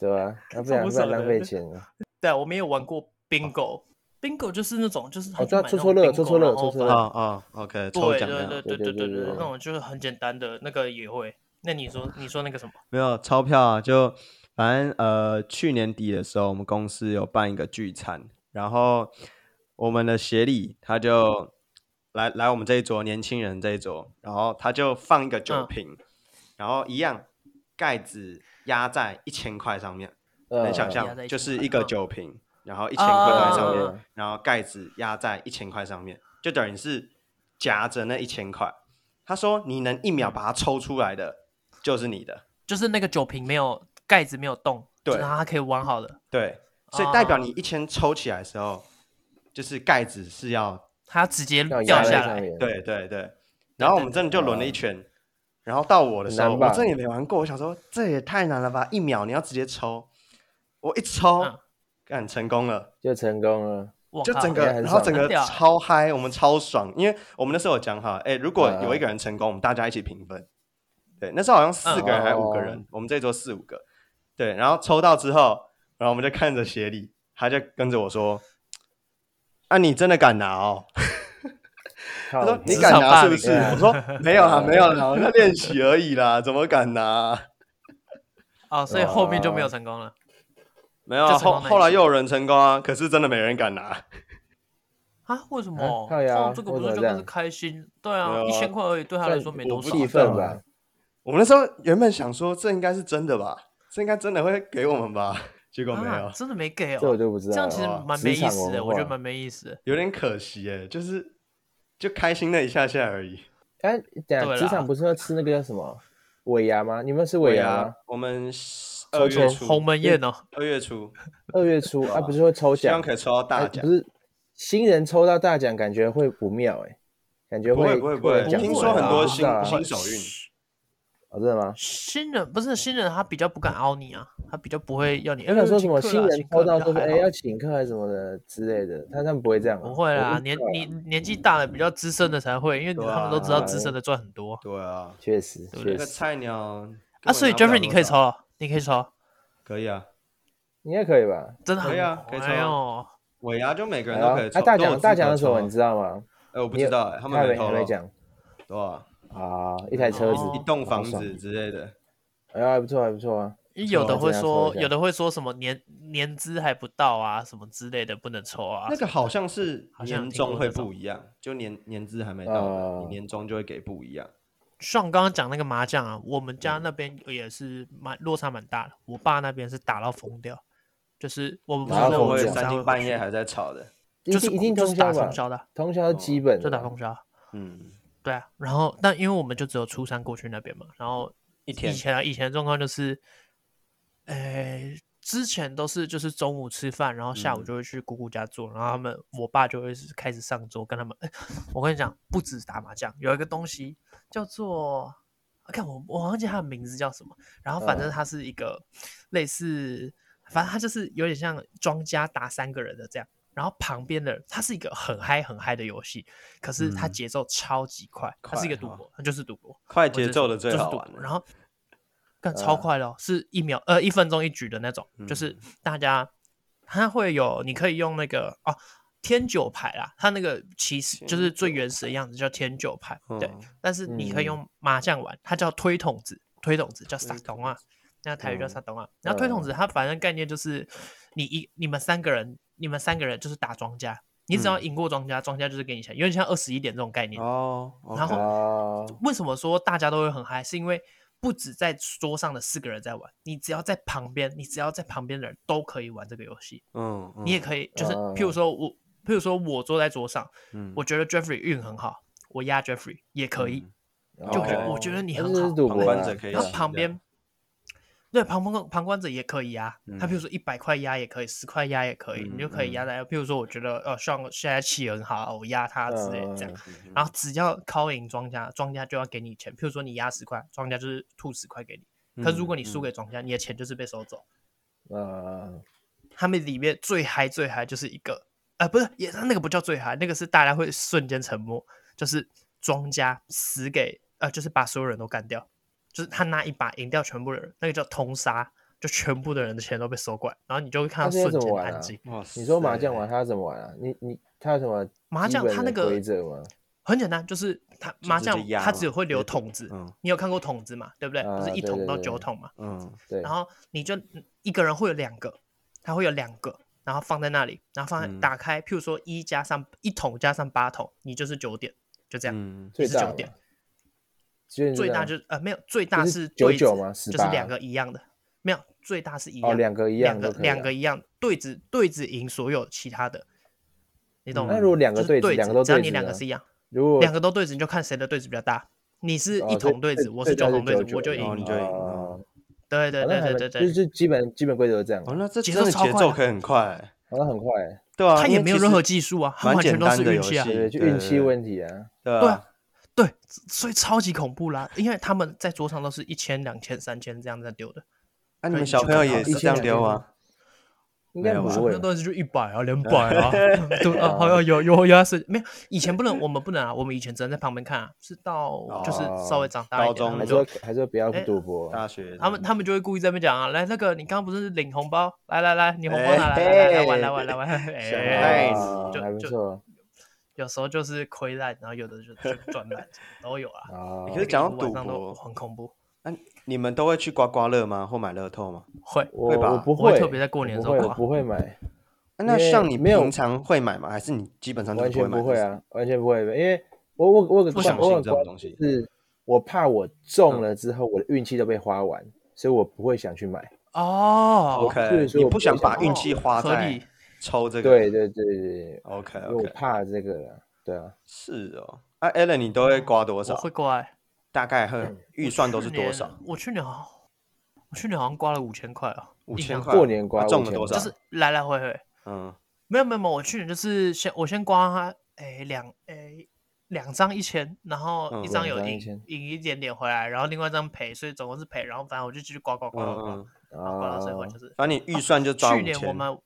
对吧？要不
超
然
不
不然
爽的
浪费钱了。
对，啊我们也玩过 bingo。bingo 就是那种，就是他
哦
去
对啊
买
戳
那
戳
种
乐戳
bingo，
戳乐
然后
戳戳
把
哦
乐
哦，OK，抽
对
奖这
对
样
对对
对对
对
对
对，
对
那种就是很简单的那个也会。那你说你说那个什么？
没有钞票啊，就反正呃，去年底的时候，我们公司有办一个聚餐，然后我们的协理他就来来我们这一桌年轻人这一桌，然后他就放一个酒
嗯
瓶，然后一样盖子压在一千块上面，
嗯
能想
压在
象
一
呃
就
千
是
块
一个
嗯
酒瓶，然后一千块放在
哦
上
哦哦
面，然后盖子压在一千块上面，就等于是夹着那一千块。他说你能一秒把它抽出来的就是你的，
就是那个酒瓶没有盖子没有动，
对
然后它可以完好的，
对，所以代表
哦
你一千抽起来的时候，就是盖子是要
它直接
要
掉
压在
下
上
来。
面，
对对对，然后我们真的就轮了一圈，然后到我的时候，我
很难吧
真的也没玩过，我想说这也太难了吧，一秒你要直接抽，我一抽
嗯，
干、成功了，
就成功了。
我
就
靠
整个，
也很
然后
爽
整个
很屌
超嗨，我们超爽，因为我们那时候有讲好，哎，如果
嗯
有一个人成功，我们大家一起平分。对，那时候好像四个人还是五个人，
嗯
我们这一桌四五个。对，然后抽到之后，然后我们就看着协理，他就跟着我说：“啊，你真的敢拿哦？”他
他
啊
说：“你敢拿是不是？”
哦职
我
场霸凌
说：“没有啦，没有啦，我在练习而已啦，怎么敢拿啊？
哦，所以后面就没有成功了。
没有啊
就成功
后
那一
后来
次
又有人成功啊，可是真的没人敢拿。
啊？为什么？
靠呀
放这个不
为
是
什么
就
这
是
样
开心？对啊
没有，啊
一千块而已，对他来说没多啊少。
气愤吧？
我们那时候原本想说这应该是真的吧，这应该真的会给我们吧，结果没有
啊，，真的没给
这我
哦。
就不知道
这
了。
样其实
哇
蛮没意
职场
思
文
的，
化
我觉得蛮没意思的。
有点可惜哎，就是就开心了一下下而已。
哎，等
对
下
啦
职场不是要吃那个叫什么尾牙吗？你们是尾牙
啊
吗？，
我们二月
抽
初，
鸿门宴哦，
二月初， *laughs*
二月初啊，不是会抽
希望
奖？
可以抽到大
哎
奖
不。是新人抽到大奖，感觉会不妙哎，感觉
不会不
会
会不会
有奖
听
金
说很
吧
多
我不知道啊
新手运
哦，真的吗？
新人不是新人，他比较不敢凹你啊，他比较不会要你。哎
他想说什么
请
新
客啦
人
请客
抽
比
到
较
说是
还
哎
好
要请客还是什么的之类的，他他们不会这样啊。
不会
我
啦，
不
年
知道啊
你年纪大了，比较资深的才会，因为
对啊
他们都知道资深的赚很多
对啊，
确
对
实
不
那
对
确
个
实
菜鸟
啊。所以 Jeffrey 你可以抽
抽，
了，你可以抽，
可以啊，
应该可以吧？
真的
可以啊可以
很
抽
哎呦，
尾牙就每个人
哎
都
呦
可以抽。
啊，大
都有
奖
资
大
格
奖的时
抽
候
啊
你知道吗？
哎，我不
你
知
有
道哎，他们
还
没
没
透
还
露
没，讲
对吧？
啊，一台车子
哦
一栋
好
房
爽
子之类的，
哎呀，还不错，还不错啊。
有的会
抽啊这样抽
说
一，下
有的会说什么年年资还不到啊，什么之类的不能抽啊
那。个好像是
好像有
年
听过
终会
这种
不一样，就年年资还没到的，你
哦
年终就会给不一样。
像刚刚讲那个麻将啊，我们
嗯
家那边也是蛮落差蛮大的，我爸那边是打到疯掉，就是我们不是
打到
然
说
后
我
我
们
也
疯
初
掉
三
三
会
更
回
半
去
夜还在吵的，
一
就是
定一定
就是打
通宵吧
通，宵的，
通宵是基本
就打
的。
通宵啊。
嗯，
对啊，然后但因为我们就只有初三过去那边嘛，然后
一
以
天
前啊，以前的状况就是，呃，之前都是就是中午吃饭，然后下午
嗯
就会去姑姑家做，然后他们我爸就会是开始上桌跟他们。 *laughs* 哎我跟你讲，不止打麻将，有一个东西叫做，啊看我我忘记它的名字叫什么，然后反正
嗯
它是一个类似，反正它就是有点像庄家打三个人的这样。然后旁边的它是一个很嗨很嗨的游戏，可是它
嗯
节奏超级快，它是一个
快
赌
哦嗯
博，它就是赌博。
快
我只
节
是
奏
说
的最
就是
好
赌
玩了。
然后干超
呃
快了哦、是一秒呃一分钟一局的那种，
嗯
就是大家它会有你可以用那个哦天九牌啦，它那个其实就是
天
最
九
原始的样子叫天九牌，对，
嗯
但是你可以
嗯
用麻将玩，它叫推筒子，推筒子叫撒
推
筒啊，那台语叫
嗯
撒筒啊。然后推筒子它反正概念就是你一你们三个人，你们三个人就是打庄家，你只要
嗯
赢过庄家，庄家就是给你钱，有点像二十一点这种概念。
哦，
然后
哦，
为什么说大家都会很嗨？是因为不止在桌上的四个人在玩，你只要在旁边，你只要在旁边的人都可以玩这个游戏。
嗯，
你也
嗯
可以，就是
嗯
譬如说我，譬如说我坐在桌上，
嗯
我觉得 Jeffrey 运很好，我压 Jeffrey 也可以，就
可以
哦
我觉得你
那
很
这是
好
赌
旁
博
观
啊
者可以
然后
是
旁
这样
边。对，旁观旁观者也可以啊，他譬如
嗯
说一百块压也可以，十块压也可以，你就可以
嗯嗯
压在。譬如说，我觉得呃，像现在气很好，我压他之类的这样。
嗯
然后只要靠赢庄家，庄家就要给你钱。譬如说你压十块，庄家就是吐十块给你。可是如果你输
嗯嗯
给庄家，你的钱就是被收走。
呃，
他们里面最嗨最嗨就是一个，呃，不是，也那个不叫最嗨，那个是大家会瞬间沉默，就是庄家死给，呃，就是把所有人都干掉，就是他那一把赢掉全部的人，那个叫通杀，就全部的人的钱都被收过来，然后你就会看到
那这要
瞬
怎么
间
玩
安
啊
静。
嗯哇塞，
你说麻将玩，他怎么玩啊？你你他有什么
麻
基
将
本
它
的
那个
规则吗？
很简单，就是他
就
麻
直接
将
压
他
嘛
只会
直
留
接赌
筒子，
嗯
你有看过筒子嘛？对不对？不
啊
是一
对
筒
对
到
对
九
对
筒嘛？
嗯
对，
然后你就嗯一个人会有两个，他会有两个，然后放在那里，然后放在、
嗯
打开，譬如说一加上一桶加上八桶，你就是九点，就这样，
嗯
你
最
是
大
九
嘛
点，
最
最大就是呃没有最大
嗯啊就是是
对子
99吗
就是
18
两个一样的，没有最大是一样
哦，
的，
两个一样
两
都
个
可以啊。
两个一样，对子对子赢所有其他的，你懂吗？
那如果两个
就是
对
对
子两个都
只要
对
你
子
两个
呢
是一样，
如果
两个都对子，你就看谁的对子比较大。你是
哦
一
所以
筒对子，
最
我是
最大
九筒对子，
99
我就赢
哦你
了。
就赢
哦
对对
好
对
像
对
还蛮
对
就
对
是，就基本基本规则是这样，
哦，那这
节
真的
奏超
节
快
奏
的
可以很快，
好像很快欸，
对啊，
它
因
也
为
没有
其
任
实
何技术啊，它
蛮
完全
简
都
单
是
的
运
游
气
戏，
啊。
对，就运气问题啊。
对
对
啊
啊，对，所以超级恐怖啦，因为他们在桌上都是一千、两千、三千这样在丢的，
那、啊你
可
们
以
小
去
朋友
看到啊
也
一
是
千
这样
两
丢
千
啊？
应该
没有
不
吧
会
那，当时就一百啊、两百
*laughs*
啊， *laughs* 对啊，好像有有有是没有？以前不能，我们不能啊，我们以前只能在旁边看啊，是到就是稍微长大一
哦高中
点，他们
还是会
就
还是会不要赌博。
大学
他们
这样
他们就会故意在那边讲啊，来那个你刚刚不是领红包，来来来，你红包拿来
哎
来来来玩来玩来玩，
想
哎
太，
哦
就
还不
就
错
有时候就是亏烂，然后有的就就赚烂，都有啊。
哦。
可是讲到
晚上
赌
都
博
很恐怖，
那、你们都会去刮刮乐吗？或买乐透吗？
会
我
会吧
我不
我会
会，
特别在过
我
年的
不
时候
会我
刮
不会买，
啊
因
那
为
像你
没有
平常会买吗？还是你基本上就是
完
不会买？
全不会！啊，完全不会，因为我我我有个
不
观
相
信
我有
这
个
种
观
东西
是，我怕我
嗯
中了之后我的运气都被花完，所以我不会想去买。
哦
OK，
所以说
你
我
不
不会
想
想
把
买
运气花
合
在
理
抽这个？
对对对对对，
，OK
因为我
OK，
怕这个啦。对啊，
是哦。啊 a l l n 你都会刮多
我
少？
会嗯刮、欸，
大概会预算都是
去年
多少？？
我去年好像，我去年好像刮了五千块啊，
五
印
千
象
块，
中
过年刮
啊中
5000
了多
就
少？
是来来回回。
嗯，
没有没有没有，我去年就是先我先刮诶两诶两张一千，然后
嗯
一张有
两张
赢
1000
赢、一点点回来，然后另外一张赔，所以总共是赔，然后反正我就继续刮刮刮刮
嗯
刮，
嗯，
然后刮到最后
哦
就是。
反正你预算就抓
去
五
年我
千
们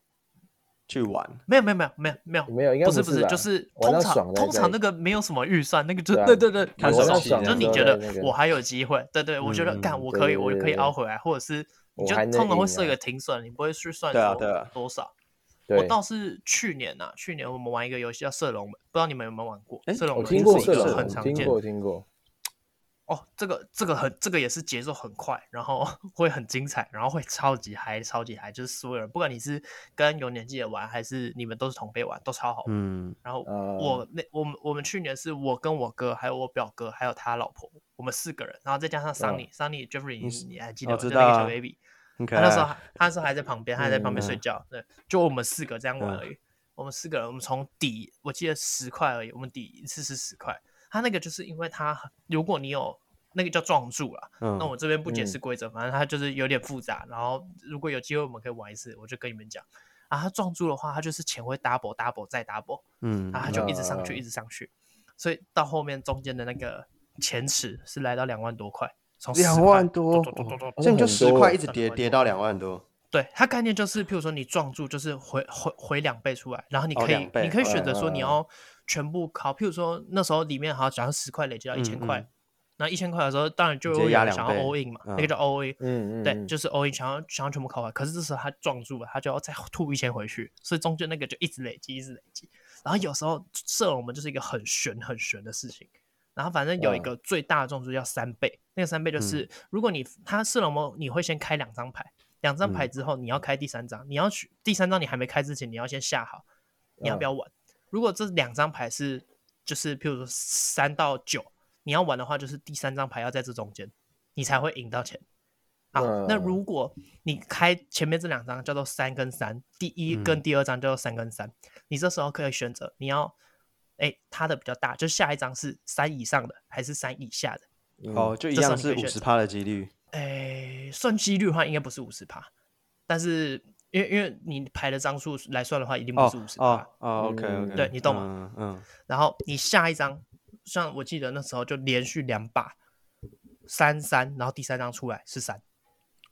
去玩。
没有没有没有没有没有
啊没有应该
不是
不
不
是
是
吧
就是通
玩到爽
常
了
通
再
常那个没有什么预算，那个就
对啊
对对对，
看
我
手
知道
气
就
的
你
时
觉
候
得
在那个
我还有机会，对对，我觉得
嗯
干
嗯
我
对
可以
对
我
对
可以
对
凹回来，或者是你
我
就
还能
通常会
赢
设
啊
一个停损，你不会去算
对啊
说
对啊
多少。我
对，
倒是去年呐、啊，去年我们玩一个游戏叫射龙门，不知道你们有没有玩过
诶？
射龙
我
门
听
是
过
一
射
个
龙，
很
我
常
听
见
过我听过，
哦，这个这个很这个也是节奏很快，然后 *laughs* 会很精彩，然后会超级嗨，超级嗨，就是所有人，不管你是跟有年纪的玩，还是你们都是同辈玩，都超好玩。
嗯，
然后
呃
我那我们我们去年是我跟我哥还有我表哥还有他老婆，我们四个人，然后再加上
嗯
Sunny、Sunny Jeffrey，
你是
你还记
哦
得吗？
知
就那个
道啊
小 baby，
很可
他那时候
爱
还。他那时候还在旁边，他还在旁边
嗯
睡觉。对，就我们四个这样玩
嗯
而已。我们四个人，我们从底，我记得十块而已，我们底一次是十块。他那个就是因为他，如果你有那个叫撞柱啦，
嗯，
那我这边不解
嗯
释规则，反正它就是有点复杂。然后如果有机会我们可以玩一次，我就跟你们讲。啊，他撞柱的话，他就是钱会 double double 再 double，
嗯，
啊然后他就一直上
嗯
去，一直上去，所以到后面中间的那个前池是来到两万多块，从10
两
块
万多，
咚咚咚咚
哦所以你就
很
十
多
块
欸
一直跌跌到两万多。
对，它概念就是，譬如说你撞住，就是回回回两倍出来，然后你
哦
可以、
两倍
你可以选择说你
嗯嗯嗯
要全部考，譬如说那时候里面好像假如十块累积到一千
嗯
块
嗯，
那一千块的时候，当然就
直接
有
压
人
两
想要
倍
all in 嘛，那
嗯
个叫 all in，
嗯嗯，
对，
嗯
就是 all in 想要想要全部考完，可是这时候他撞住了，他就要再吐一千回去，所以中间那个就一直累积，一直累积。然后有时候射龙门就是一个很悬很悬的事情。然后反正有一
哇
个最大的中注叫三倍，那个三倍就是、如果你他射龙门，你会先开两张牌，两张牌之后你要开第三张，你要去第三张你还没开之前，你要先下好你要不要玩。如果这两张牌是就是譬如说三到九，你要玩的话，就是第三张牌要在这中间，你才会赢到钱。好，那
嗯
如果你开前面这两张叫做三跟三，第一跟
嗯
第二张叫做三跟三、你这时候可以选择你要，哎，它的比较大，就是下一张是三以上的还是三以下的？
嗯
哦，就一
这时候
样
你可以
是五
选
十
择
趴的几率。
哎，算几率的话应该不是五十趴，但是因为因为你排的张数来算的话，一定不
哦
是五十趴。
哦哦，OK OK，
嗯
对你懂
吗？嗯，
然后你下一张，像我记得那时候就连续两把三三，然后第三张出来是三，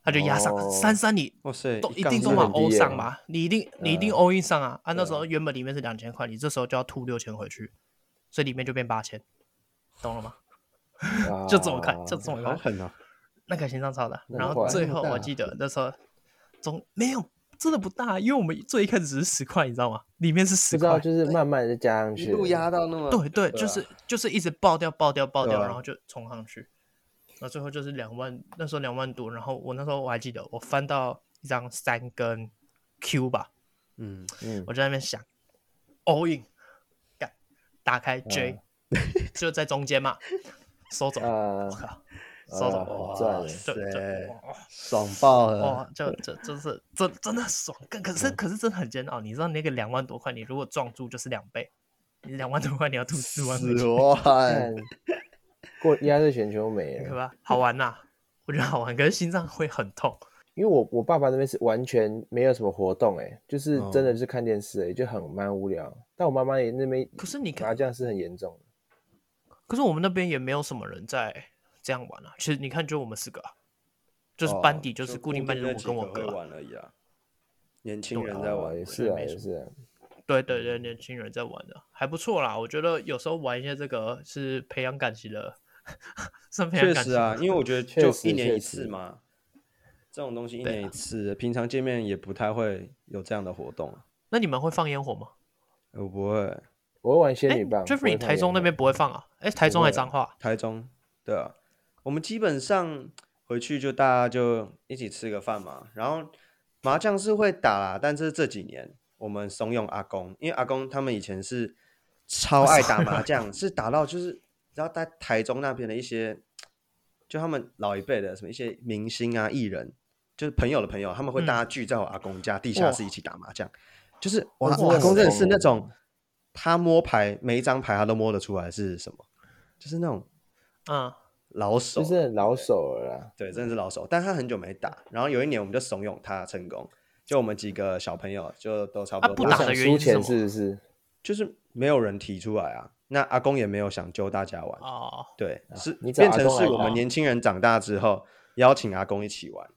他就压上
哦
三三，你
哇塞，
都一
杠
定
是
都
很
把
很
低
欧
耶
上吧？你一定你一定
嗯
欧 in 上啊！啊，那时
对啊
候原本里面是两千块，你这时候就要吐六千回去，所以里面就变八千，懂了吗？
啊
就这么看，就这么
好
看，
狠啊！
那个心脏超大。
哦那
然
么
后
快
最
那么
后
大
我记得那时候总没有真的不大，因为我们最一开始只是十块，你知道吗？里面是
不
十
知道
块，
就是慢慢的加上
一
去，
路压到那么
对对，
对
就
啊
是就是一直爆掉爆掉爆
对
掉，
啊
然后就冲上去，然后最后就是两万，那时候两万多，然后我那时候我还记得我翻到一张三跟 Q 吧，
嗯，
嗯，
我就在那边想，all in，干，打开 J，、就在中间嘛，收走，我
*laughs* 啊，
靠，收走
啊
哇
哇
赚了
这这哇
爽爆了
哇，！这这真是真真的爽，可可是可是真的很煎熬。你知道那个两万多块，你如果撞住就是两倍，你两万多块你要吐四万回去
死，
*laughs*
万
看过压着全球美
对
了。
吧？好玩呐、我觉得好玩，可是心脏会很痛。
因为我我爸爸那边是完全没有什么活动、欸，就是
哦
真的就是看电视、欸，就很蛮无聊。但我妈妈也那边
可是你看
麻，
啊
将是很严重的，
可是我们那边也没有什么人在这样玩啊。其实你看，就我们四个啊、 *laughs* 就是
哦
班底，就是固定班底，我跟我
会
哥啊、
玩而已啊。年轻人
哦
在玩
也，是啊，
没
也是啊。
对
嗯
对对，年轻人在玩的、还不错啦。我觉得有时候玩一些这个是培养感情的， *laughs* 算培养
确
感
实
情
啊，
吗
因为我觉得
确
就
实
一年
确
一次
实
嘛，这种东西一
对
年一
啊
次，平常见面也不太会有这样的活动啊。
那你们会放烟火吗？
我不会，
我会玩仙
哎
女棒。
，Jeffrey，台中那边不会放啊？哎，台中还彰化？
台中，对啊，我们基本上回去就大家就一起吃个饭嘛，然后麻将是会打啦，但是这几年我们怂恿阿公，因为阿公他们以前是超爱打麻将，是打到就是然后在台中那边的一些，就他们老一辈的什么一些明星啊、艺人，就是朋友的朋友，他们会大家聚在我阿公家地下室一起打麻将，就是我
哇
我阿公真的是
哇
那种。他摸牌，每一张牌他都摸得出来是什么，就是那种
嗯，
老手，
就是很老手了啦。
对，真的是老手。但他很久没打，然后有一年我们就怂恿他成功，就我们几个小朋友就都差不
啊
多
不
大
打
我
的原
想输
因是什
钱
么
是不是？
就是没有人提出来啊。那阿公也没有想揪大家玩，
哦，
对，是
啊你找
变
阿
成
公
是
来
我们
打
年轻人长大之后邀请阿公一起玩，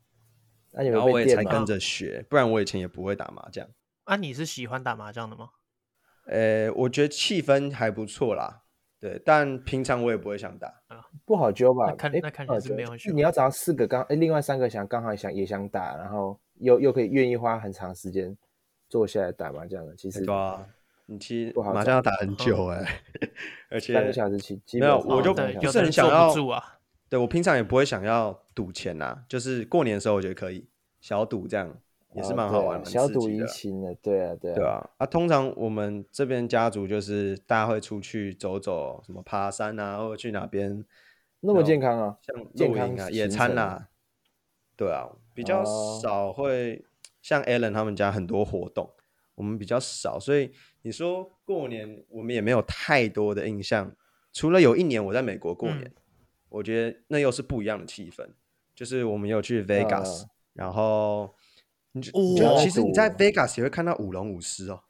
那、你
然
们
后我
被
也
电
才
吗
跟？着学，不然我以前也不会打麻将。
啊，你是喜欢打麻将的吗？
呃，我觉得气氛还不错啦，对，但平常我也不会想打。
不好揪吧？
那看
诶
那看
不好
起来是
揪
没有揪
你要找到四个刚，哎，另外三个想刚好想也想打，然后又又可以愿意花很长时间坐下来打麻将的，其实
对啊，你其实
不好嗯
麻
找
将要打很久哎、 *laughs* 而且
三个小时起，基
没
本
有
上
我就
哦对，
不
有
是
的
很
人
想
坐
要
不住啊。
对我平常也不会想要赌钱呐、就是过年的时候我觉得可以小赌这样，也是
哦
蛮
对
好
啊
玩、蛮
小
刺
赌
激
怡
的啊。
情的，对啊，对啊，
对啊，啊，通常我们这边家族就是大家会出去走走，什么爬山啊，或者去哪边，
那么健康啊，
像
健
露
康
营啊、
行
野餐
程
啦、对啊，比较
哦
少会像 Alan 他们家很多活动，我们比较少，所以你说过年我们也没有太多的印象，除了有一年我在美国过年，
嗯
我觉得那又是不一样的气氛，就是我们有去 Vegas，、
嗯
然后你就,、
哦
就其实你在 Vegas 也会看到舞龙舞狮哦，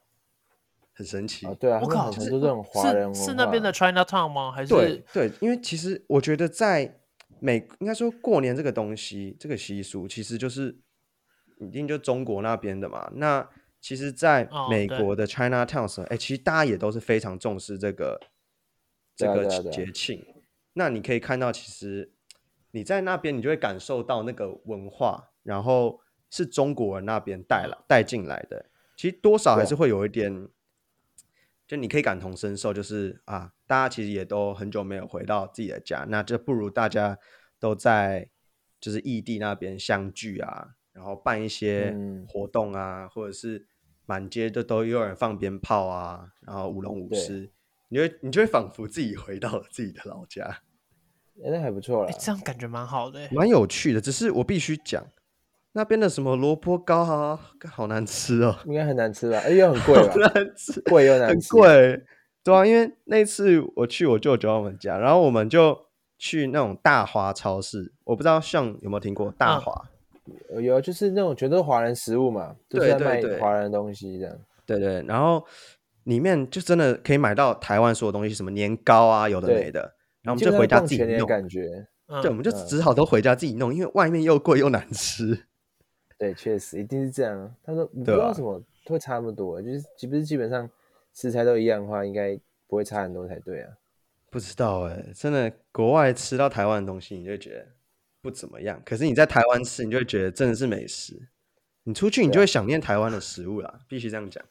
很神奇。
啊，对啊，
我
那
靠，
很
是
多这种华人文
是是那边
化
的 China Town 吗？还
对
是
对，因为其实我觉得在美，应该说过年这个东西，这个习俗其实就是一定就中国那边的嘛。那其实，在
哦
美
对
国的 China Town 时候，哎、其实大家也都是非常重视这个这
对啊
个
对啊对啊
节庆。那你可以看到，其实你在那边，你就会感受到那个文化，然后是中国人那边带来带进来的。其实多少还
对
是会有一点，就你可以感同身受，就是啊，大家其实也都很久没有回到自己的家，那就不如大家都在就是异地那边相聚啊，然后办一些
嗯
活动啊，或者是满街就都有人放鞭炮啊，然后舞龙舞
对
狮，你会你就会仿佛自己回到了自己的老家。
诶那还不错啦
哎，，这样感觉蛮好的欸。
蛮有趣的，只是我必须讲，那边的什么萝卜糕啊，好难吃哦， *laughs*
应该很难吃吧？哎，又很贵
好 *laughs*
吧？
难吃，
贵又难
很
吃，
贵。对啊，因为那次我去我舅舅他们家，然后我们就去那种大华超市，我不知道像有没有听过大
嗯
华，
呃有就是那种全都是华人食物嘛，就是
对
在
对
卖
对
华人的东西这样。
对对，然后里面就真的可以买到台湾所有东西，什么年糕啊，有的
对
没的，然后我们
基本
就
上
回家
逛
自己
全年的
弄，
感觉，
嗯
对，我们就只好都回家自己弄，因为外面又贵又难吃。
对，确实一定是这样啊。他说你不
对
知
啊
道什么会差那么多，就是基不是基本上食材都一样的话，应该不会差很多才对啊。
不知道哎、真的，国外吃到台湾的东西，你就觉得不怎么样。可是你在台湾吃，你就会觉得真的是美食。你出去，你就
啊
会想念台湾的食物啦，必须这样讲。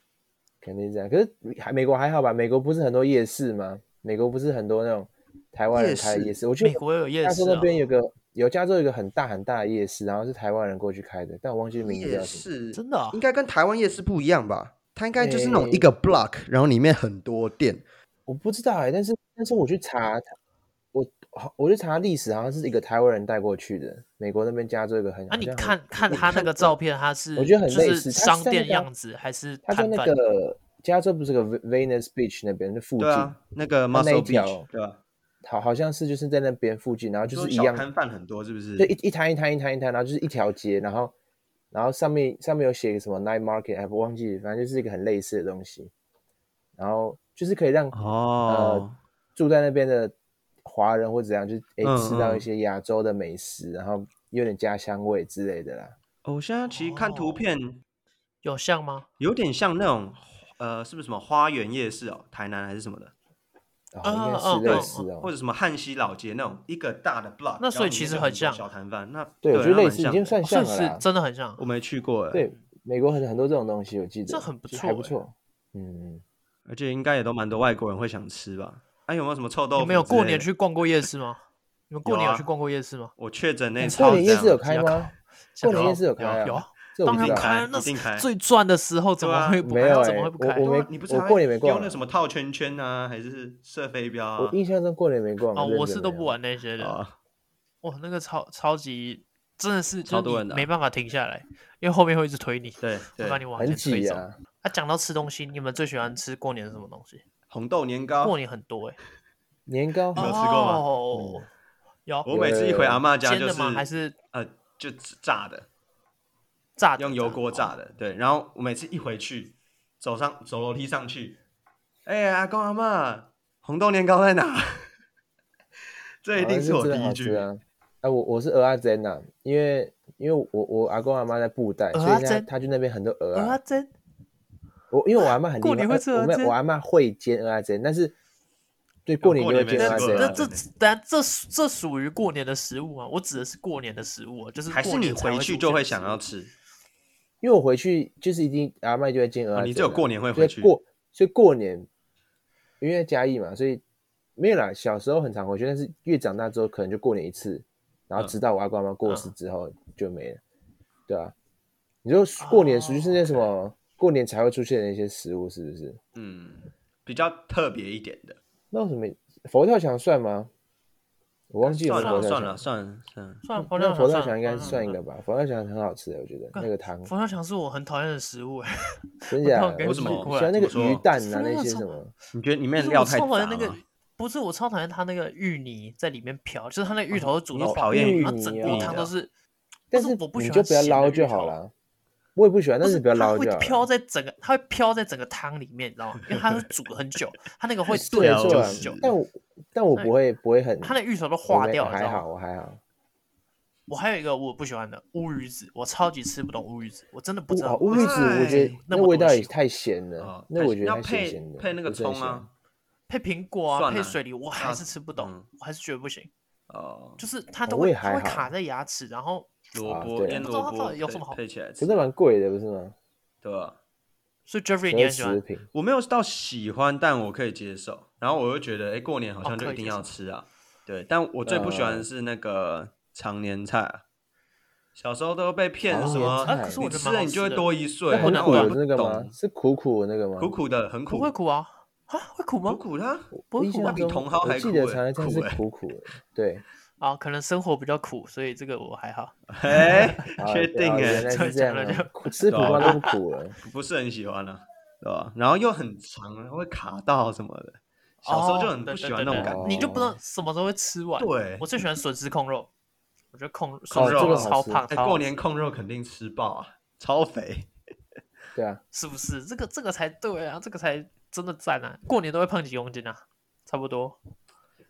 肯定是这样。可是还美国还好吧？美国不是很多夜市吗？美国不是很多那种台湾人开的
夜市
夜市？我去
美国有夜
加
市
州
啊
那，边有个有加州有一个很大很大的夜市，然后是台湾人过去开的，但我忘记名字
夜
叫什么。
市
真的啊
应该跟台湾夜市不一样吧？它应该就是那种
诶
一个 block，然后里面很多店。
欸我不知道哎、但是但是我去查，我好我就查历史，好像是一个台湾人带过去的，美国那边加州一个很。
那、啊你
好像很
看看他那个照片，他是
我觉得很
就
类
是
似他
商
在那
店
个
样子还是
他在
摊
那
贩？
个加州不是有个 Ve- Venice Beach 那边的附近，
对啊，那个
那
Muscle
一条
Beach 对吧？
好好像是就是在那边附近，然后就
说
是一
小
样，
摊贩很多是不是？
就一一摊一摊一摊一摊，然后就是一条街，然后然后上面上面有写一个什么 night market，哎，我忘记，反正就是一个很类似的东西，然后就是可以让、
哦
呃，住在那边的华人或怎样，就是哎
嗯
吃到
嗯
一些亚洲的美食，然后有点家乡味之类的啦。
哦我现在其实看
哦
图片
有像吗？
有点像那种呃，是不是什么花园夜市哦，台南还是什么的，
哦，
啊
应该
哦
是
对
类似哦，
或者什么汉西老街那种一个大的 block，
那所以
然后里面
其实
就
很
很多
像
小摊贩。那
对，我觉得
那
类
蛮
似已
像
经
的
算像
哦算
了
是
啦。
真的很像
我。没去过哎，
对，美国很很多这种东西，我记得
这很不
就
错
还不
欸
错。嗯，
而且应该也都蛮多外国人会想吃吧？啊，有没有什么臭豆腐？
你们有过年？去逛过夜市吗？你们过年
有
有
啊
去逛过夜市吗？
我确诊那
你
次
过
超
年夜
赞
市有
的
开
要
吗？
想
过年夜
到
市有开
有
啊
有，
这我
当
不
然
知道。
开，
一
那
定
是
开
最赚的时候，怎
对
么
啊
会不
没
开？
有
怎么
欸
会不
我
开？
我没
对啊你不是
我
还
过年没
丢
逛
那
啊
什么套圈圈啊，还是射飞镖啊？
我印象中过年没逛
哦，
认
我
真
是都
没
不
有
玩那些的。
啊，
哇，那个超超级真的是，
超多
就是
人
你
的啊
没办法停下来，因为后面会一直推你，
对
会把你
对，
往
很
前推
挤
走。
啊。
啊，讲到吃东西，你们最喜欢吃过年是什么东西？
红豆年糕，
过年很多哎，*laughs*
年糕
啊你有
哦，
吃过吗
有，
我每次一回阿妈家
煎
就
的
是
吗？还是
呃就炸的，
炸的？
用油锅炸的。对，然后我每次一回去，走上走楼梯上去，哎、阿公阿嬷，红豆年糕在哪？ *laughs* 这一
好
定
像
是我
真的
第
好
一
吃
句。
啊。哎，我我是鹅阿珍呐，因为因为我我阿公阿妈在布袋，
蚵
所
仔
以他
煎
他去那边很多鹅
啊，
啊。
真
我因为我阿妈很厉
过年
害
会吃
呃我
蚵仔
们
煎
我阿妈会煎鹅阿珍，但是对过
啊
年
过
就会
年没
煎
吃
鹅
那
阿
过
珍
这
啊。
啊
这但这这属于过年的食物啊，我指的是过年的食物啊，就是
还是
过
你
年才
回去就
出
会
现
想
的
要
食
吃？
因为我回去就是一定阿麦就会煎鹅、
哦
啊
你只有过年会
所
回
以
去
过，所以过年因为在嘉义嘛，所以没有啦。小时候很常回去，但是越长大之后可能就过年一次，然后直到我阿公阿妈过
嗯
世之后就没了，对啊，你说过年熟就是那什么、
哦
过年才会出现的一些食物，是不是？
嗯，比较特别一点的。
那有什么佛跳墙算吗？我忘记有没
算
有佛
了
跳
算
墙
了。算了算了，
物。算了，佛
嗯那
跳墙
佛跳
算
墙
了
应该是算一。
嗯嗯
个吧，佛跳墙很好吃的，我觉得
嗯
那个汤
嗯佛跳墙是我很讨厌的食物哎，
真假
佛跳
的，
墙
为什么
喜欢那个
怎么说
鱼蛋
佛
啊
跳
那些
墙
什么？
你觉得里
就
面
是
料
我
太
超
杂
讨
了
厌那个
吗？，
不是我超讨厌它那个芋泥在里面飘，就是它那
哦
个芋头煮
你
到
是
爆
讨厌芋
然后
泥
整
啊
锅汤都是。
但
不
是
我不喜
你
欢
就不要
咸的
捞
芋
就好
头。
了。我也不喜欢，
不
但
是
不要
它
捞
会
就好
飘
了。
在整个，它会飘在整个汤里面，你知道吗？因为它
*laughs*
是煮了很久，它那个会
是
炖
没
啊
很
错
久
啦
很久，
但我但我不会不会很，
它那芋头都
我
化
没
掉了，你知道
还
吗
好，？我还好。
我还有一个我不喜欢的乌鱼子，我超级吃不懂乌鱼子，我真的不知
乌
道
好乌鱼子，我觉得
哎那
那
么
味
多
道也
喜欢
太咸了
哦，
那
太
我觉
要
得它咸
配
咸的，
配那个
不是很
葱啊，
配苹果啊，
蒜啊
配水梨，我还
啊
是吃不懂，
嗯
我还是觉得不行，
哦，
就是它都
我
会
也
它
还
会
好
卡在牙齿，然后
萝
啊
卜
对啊
腌
不知道
萝
它到
卜
底有什
咸
么好
配起来
咸，可
吃
是，蛮贵的，不是吗？
对吧？
所以 Jeffrey 你
所以
很喜
食
欢，
品
我没有到喜欢，但我可以接受。然后我又觉得，哎、过年
哦
好像就一定要吃啊。对，但我最不喜欢
嗯
的是那个常年菜啊。小时候都被骗
常
什
年
么，
菜啊
可是我
你
觉得
吃
蛮好
了你就会
吃的
多一岁
那，很
然后我
苦
也
的
不
那个吗？
懂，
是苦苦的那个吗？
苦苦的，很
不
苦，
会苦啊啊会苦吗
苦？苦的啊、
不
我
会
印
苦
象
吗？
比
中
茼蒿
我
还
记
苦
得
欸
常常菜
苦
是
欸
苦苦的，对，
啊，可能生活比较苦，所以这个我还好。
*laughs*
哎、
*laughs*
啊
确
对
定
啊
哎、
原来是这样
讲了
啊
就，
苦吃苦瓜
对啊
都不苦了。 *laughs*
不是很喜欢啊，对吧？然后又很长啊，会卡到什么的。小时候就很不喜欢那种感
哦对对对
觉
对你就不知道什么时候会吃完。
对
我最喜欢笋丝控肉，我觉得控
控
笋丝
肉
肉
好
超
吃
胖，
哎、
超
过
好
年控肉肯定吃爆啊，超肥。
对啊，
是不是？这个这个才对啊，这个才真的赞啊！过年都会胖几公斤啊，差不多。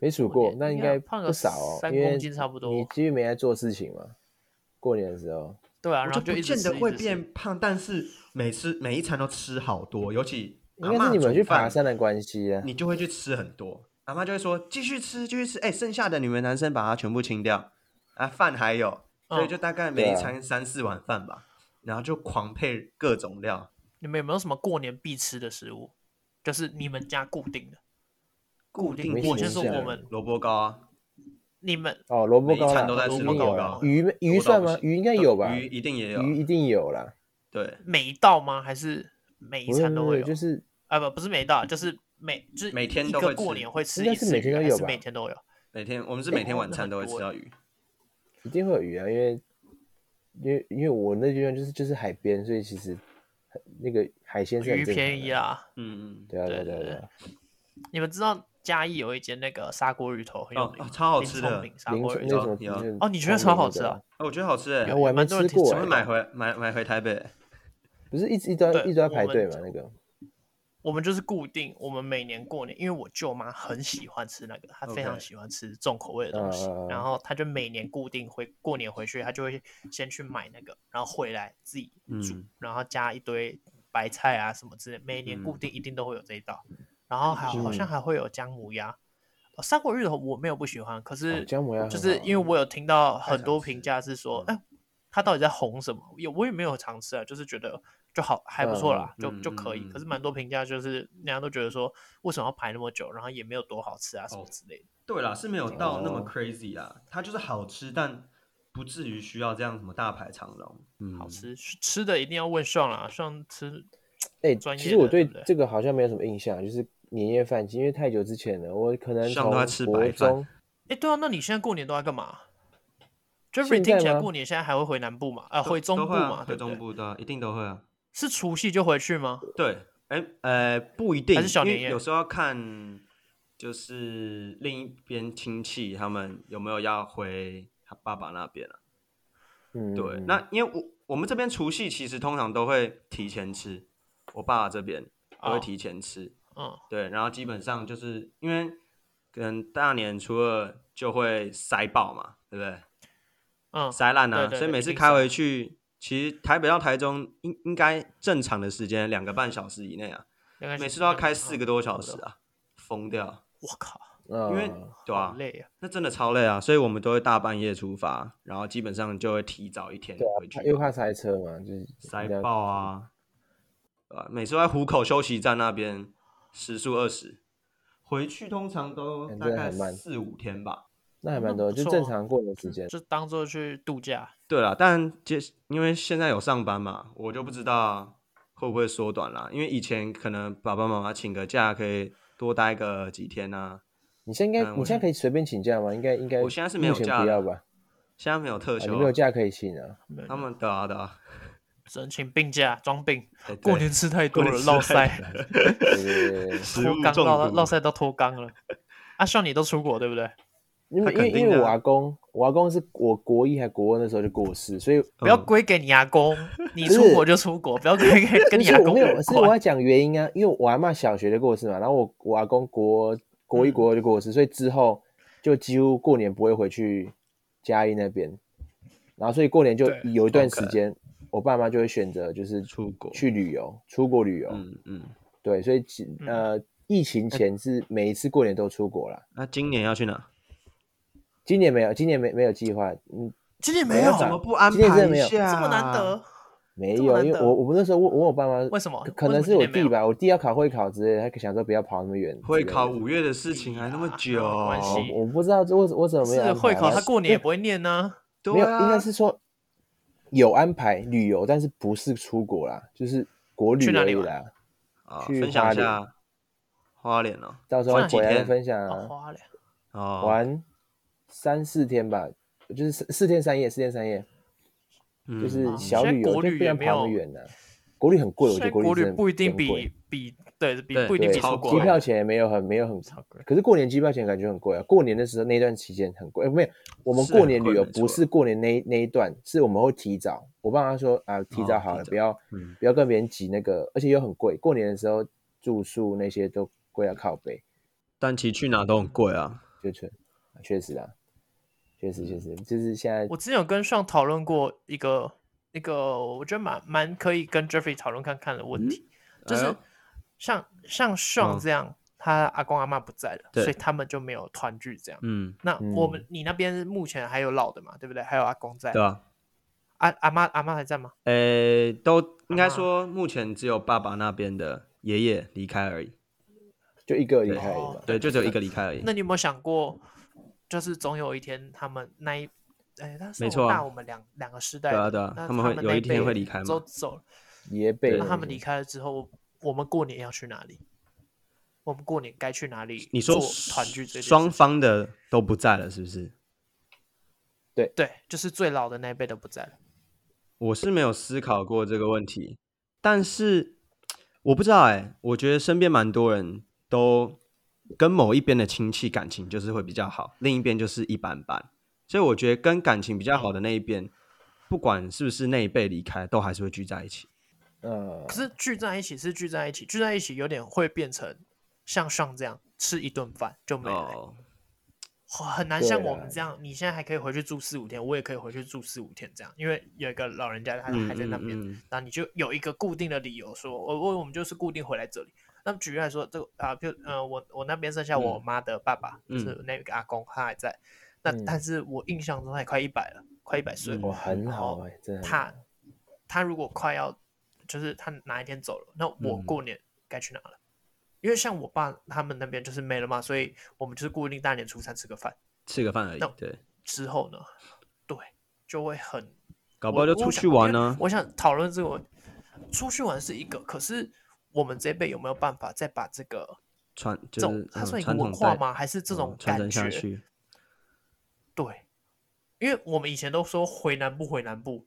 没数
过
过
年，
那
应
应
该
该
胖个
不少哦，
3
因为
公斤差不多
你几乎没在做事情嘛，过年的时候，
对啊，
我
然后
就不
一直
见得
吃
会。
一直吃
变胖，但是每次每一餐都吃好多，尤其
应
阿
该
嬷
是你们
煮
去爬
饭
山的关系啊。
你就会去吃很多。阿妈就会说：“继续吃，继续吃，哎、剩下的你们男生把它全部清掉啊，饭还有，所以
嗯
就大概
啊
每一餐三四碗饭吧，然后就狂配各种料。
你们有没有什么过年必吃的食物？就是你们家固定的，固定
没
我先
形
说
象
我们
萝卜糕啊，
你们
哦，萝卜
每一
糕啦
餐都在
吃
一
萝
定
卜
有
糕
啦
啊
鱼
萝
鱼
卜
算
不
吗？
行
鱼应该有吧？
鱼一定也有，
鱼一定有啦。
对，
每一道吗？还是每一
不是
餐都
不
会
是，
有？
就是
啊，不不是每一道，就是每就是
每天
一
都
个
会
过
吃
年会吃
应该
一
是
次
每天
鱼，
都
还
有
是每
吧
天都有？
每天我们
哎
是每天晚餐都会吃
欸
到鱼，
一定会有鱼啊，因为因为因为我那地方就是就是海边，所以其实很那个海鲜是很
鱼
正常的
便宜啊。
嗯嗯，
对啊对啊
对
对啊
对
对啊，
你们知道嘉义有一间那个砂锅鱼头很有
哦
名，
哦超好吃的
林聪明砂
零
锅
食
鱼
那
头
什么
有啊
就是
哦你觉得超好吃啊
哦，我觉得好吃哎，
然后我还没
蛮多
吃
人提
过
出
我
哎
们买回买买回台北，
不是一直一直要
对
一直要排
我们
队嘛那个，
我们就是固定，我们每年过年，因为我舅妈很喜欢吃那个，她非
OK
常喜欢吃重口味的东西
嗯嗯嗯
然后她就每年固定回过年回去，她就会先去买那个，然后回来自己煮，
嗯
然后加一堆白菜啊什么之类，每年固定一定都会有这一道，然后还好像还会有姜母鸭。哦，砂锅鱼头我没有不喜欢，可
哦
是
姜母鸭很
就是
好
因为我有听到很多
常吃
评价是说，
嗯
哎、他到底在红什么？也我也没有尝试啊，就是觉得就好还不错啦，
嗯嗯
就就可以。
嗯嗯
可是蛮多评价就是人家都觉得说，为什么要排那么久，然后也没有多好吃啊什么
哦
之类的。
对啦，是没有到那么
哦
crazy 啦，它就是好吃，但不至于需要这样什么大排长龙，嗯，
好吃吃的一定要问上啦，上吃
哎、
专
其
业
实我
的对
对
不对
这个好像没有什么印象，就是年夜饭，因为太久之前了，我可能
像
从
他吃
国
白饭
中
哎，对啊，那你现在过年都在干嘛
在
？Jeffrey 听起来
吗
过年现在还会回南部嘛？呃，
都
回中
都
部
会啊
嘛？
回
对不
中
对？
部对啊，一定都会啊，
是除夕就回去吗？
对，哎呃不一定，
还是小
因为
年夜
有时候要看就是另一边亲戚他们有没有要回他爸爸那边啊。
嗯，
对，
嗯
那因为我我们这边除夕其实通常都会提前吃，我爸爸这边都
哦
会提前吃，
嗯，
对，然后基本上就是因为可能大年初二就会塞爆嘛，对不对？
嗯，
塞烂
对
啊，
对
所以
对
每
一
次
定
开
塞
回去，其实台北到台中应应该正常的时间两个半小时以内啊，
大概是
每次都要开
嗯
四个多小
嗯
时啊，疯掉，
我靠，
嗯
因为对
好
啊，
累啊！
那真的超累啊，所以我们都会大半夜出发，然后基本上就会提早一天
对
回去
啊，，又怕塞车嘛，就是
塞
一定要
爆！啊！啊，每次都在虎口休息站那边时速二十，回去通常都
感觉
大概
很慢
四五天吧。
那还蛮
那
多，
不
就
错
正
啊
常过年时间。
就当做去度假。
对啦，但接因为现在有上班嘛，我就不知道会不会缩短啦。因为以前可能爸爸妈妈请个假可以多待个几天啊，
你现在应该，
嗯
你
我
现在可以随便请假吗？应该应该，
我现在是没有
目前
假
不
的
要吧？
现在没有特
啊
休
你
啊、
没有假可以请啊？
没有
他们对啊对啊，
只能请病假装病。
哎
过
对
年吃太多
过
了，
年吃
落
太
腮，
对对对对，
食
脱
物
肛
中
落
毒
落腮都脱肛了。阿笑，你都出国对不对？
因为
他
因为
肯定
因为
的
我
啊
阿公，我阿公是我国一还国二那时候就过世，所以
不要
嗯
归给你阿公，你
不是
出国就出国，不要归给跟
不
你
是
阿
我
公
没
有
有，是我
关。
要讲原因啊，因为我阿嬷小学就过世嘛，然后我我阿公国国
嗯
一国二就过世，所以之后就几乎过年不会回去嘉义那边，然后所以过年就
对
有一段
OK
时间，我爸妈就会选择就是
出国
去旅游，出国旅游，
嗯哎嗯，
对，所以其
嗯
呃疫情前是每一次过年都出国啦，
那、今年要去哪？
今年没有，今年没没有计划，嗯，
今年
没
没
有
有，
怎
怎
这
么
么
不安
今天
排
真的
一
没有
下？啊
么难得，
没
这么
有，
难
因为
得
我我们那时候问我问我爸妈，
为什么？
可能是
为
我
什么今年没
弟
有，
吧，我弟要考会考之类的，他想说不要跑那么远之类的，
会考五月的事情还那么
呀
久，
没有关系
哦我不知道这为什我怎么没有
是
安排
会考，
啊
他过年也不会念呢。
对啊、
没有，应该是说有安排旅游，但是不是出国啦，就是国旅
去哪
而
里
已
玩
啦。
啊，
去
分享
花
一下花莲哦，
到时候
放几
回来再
天
分享
好
*laughs* 啊，
花了，
哦，
玩三四天吧，就是四四天三夜，四天三夜，
嗯
就是
嗯
小
现在
旅游，
国
就
旅
不
也
然
没
跑那么
有
远呐。国旅很贵，我
现
觉
在
得
国
旅
旅
真的
不一定
很贵
比比对比
对
不一定比
对
出
超
国
机
贵
票钱也没有很没有很
超贵
可是过年机票钱感觉很贵啊！过年的时候那一段期间很贵，呃没有我们
是
过年
很贵
旅游
没错
不是过年那那一段，是我们会提早。我爸妈说啊，提早好了，
提早
不要、
嗯
不要跟别人挤那个，而且又很贵。过年的时候住宿那些都贵要靠背，
但其实去哪都很贵啊，
就确确实啦，确实确实就是现在
我之前有跟上讨论过一个一个，我觉得蛮蛮可以跟 Jeffrey 讨论看看的
嗯
问题，就
哎
是
呦
像像 Sean
嗯
这样，他阿公阿妈不在了，
对
所以他们就没有团聚这样。
嗯，
那我们
嗯
你那边目前还有老的嘛，对不对？还有阿公在
对，啊吧、
阿阿妈阿妈还在吗？
诶，都应该
啊
说目前只有爸爸那边的爷爷离开而已，
就一个离开而已嘛
哦。
对，就只有一个离开而已
那。你有没有想过，就是总有一天他们那一，哎，他是
没
我
错啊
大我们两两个世代
对
的，
啊，对啊，
那
他们会
那
有一天
辈
会离开
都
嘛？
走了
爷辈
那
那
他们
些
离开了之后，我们过年要去哪里？我们过年该去哪里
你说
做团聚这件事
双方的都不在了，是不是？
对，就是最老的那一辈都不在了。
我是没有思考过这个问题，但是我不知道哎、我觉得身边蛮多人都跟某一边的亲戚感情就是会比较好，另一边就是一般般，所以我觉得跟感情比较好的那一边，不管是不是那一辈离开，都还是会聚在一起。
呃
可，是聚在一起是聚在一起，聚在一起有点会变成像上这样吃一顿饭就没了，欸
哦，
很很难像
对
我们这样。你现在还可以回去住四五天，我也可以回去住四五天这样，因为有一个老人家他
嗯
还在那边，
嗯嗯
然后你就有一个固定的理由说，我我我们就是固定回来这里。那么举例来说，这个啊，譬如呃，我我那边剩下我妈的爸爸，就
嗯
是那个阿公，他还在。那
嗯
但是我印象中他也快一百了，快一百岁
嗯
了。
哇，很好
然后
哎、真的很
他他如果快要就是他哪一天走了，那我
嗯
过年该去哪了？因为像我爸他们那边就是没了嘛，所以我们就是固定大年初三吃个饭，
吃个饭而已
那，
对，
之后呢，对，就会很
搞不好就
我
出
我想
去玩啊
因为
呢、
我想讨论这个问，出去玩是一个，可是我们这一辈有没有办法再把这个
传
这
就
种
是
它
嗯
算一个
传
文
统
化
带
吗？还是这
嗯
种
传
感
承下
觉？
去？
对，因为我们以前都说回南部回南部，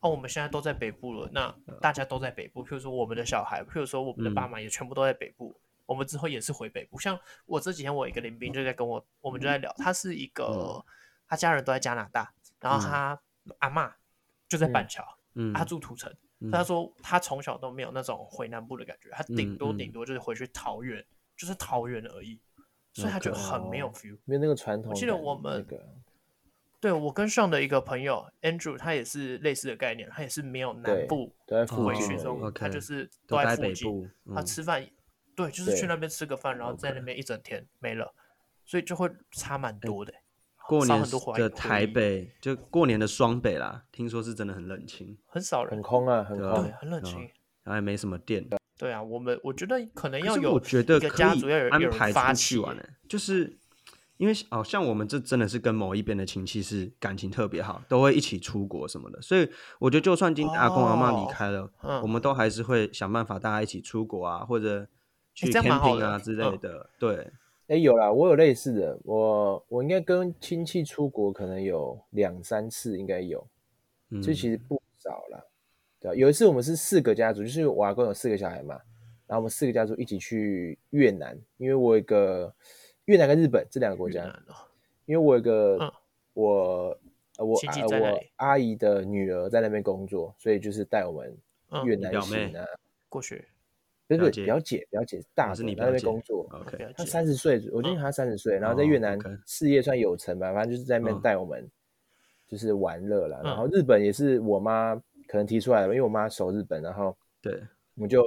哦，我们现在都在北部了，那
嗯
大家都在北部。譬如说我们的小孩，譬如说我们的爸妈也全部都在北部，我们之后也是回北部。像我这几天我有一个邻兵就在跟我，我们就在聊，他是一个、
嗯
他家人都在加拿大，然后他、阿嬷就在板桥，
嗯，
他住土城。
嗯
他说他从小都没有那种回南部的感觉，他顶多
嗯嗯
顶多就是回去桃园，就是桃园而已，所以他就很没
哦
有 feel。
没有那个传统感。
我记得我们
那个
对我跟上的一个朋友 Andrew，他也是类似的概念，他也是没有南
对
部
都在附
回
哦
去
近
之
而
后，
已，
OK
他就是
都
在
在
附
北
近，
部，
他
嗯
吃饭，对，就是去
对
那边吃个饭，然后在那
OK 哎
边一整天没了，所以就会差蛮多的欸，
过
少
年
很多回
的
来
台北，就过年的双北啦，听说是真的很冷清，
很少人
很，空啊，很
对
对，
空。
很冷
哦
清。
然后也没什么店。
对啊，我们我觉得可能
可
要
是
有
我觉得
一个
可
家
以
族要有
安
有人
排
发
出
起
去玩、欸，就是因为哦，像我们这真的是跟某一边的亲戚是感情特别好，都会一起出国什么的，所以我觉得就算今天阿公阿妈离
哦
开了，
嗯
我们都还是会想办法大家一起出国啊，或者去
这样蛮好
camping 啊
的
之类
嗯
的。对，
哎、有啦，我有类似的，我我应该跟亲戚出国，可能有两三次，应该有，
嗯，
所以其实不少啦。对、啊，有一次我们是四个家族，就是我阿公有四个小孩嘛，然后我们四个家族一起去越南，因为我有一个越南跟日本这两个国
越
家，
南哦
因为我有一个、
嗯
我呃我
亲戚
啊
在那
我
里
阿姨的女儿在那边工作，所以就是带我们
嗯
越南
哦表妹
行啊，
过去，
不
了
是不
解
是表姐表姐大
哦
的，
是你
在
表
那边
姐
工作，
不
OK，
要
他
急
三十岁，我记得他三十岁，然后在越南
嗯哦，OK
事业算有成吧，反正就是在那边
嗯
带我们就是玩乐啦。
嗯
然后日本也是我妈可能提出来的，因为我妈熟日本，然后
对，
我们就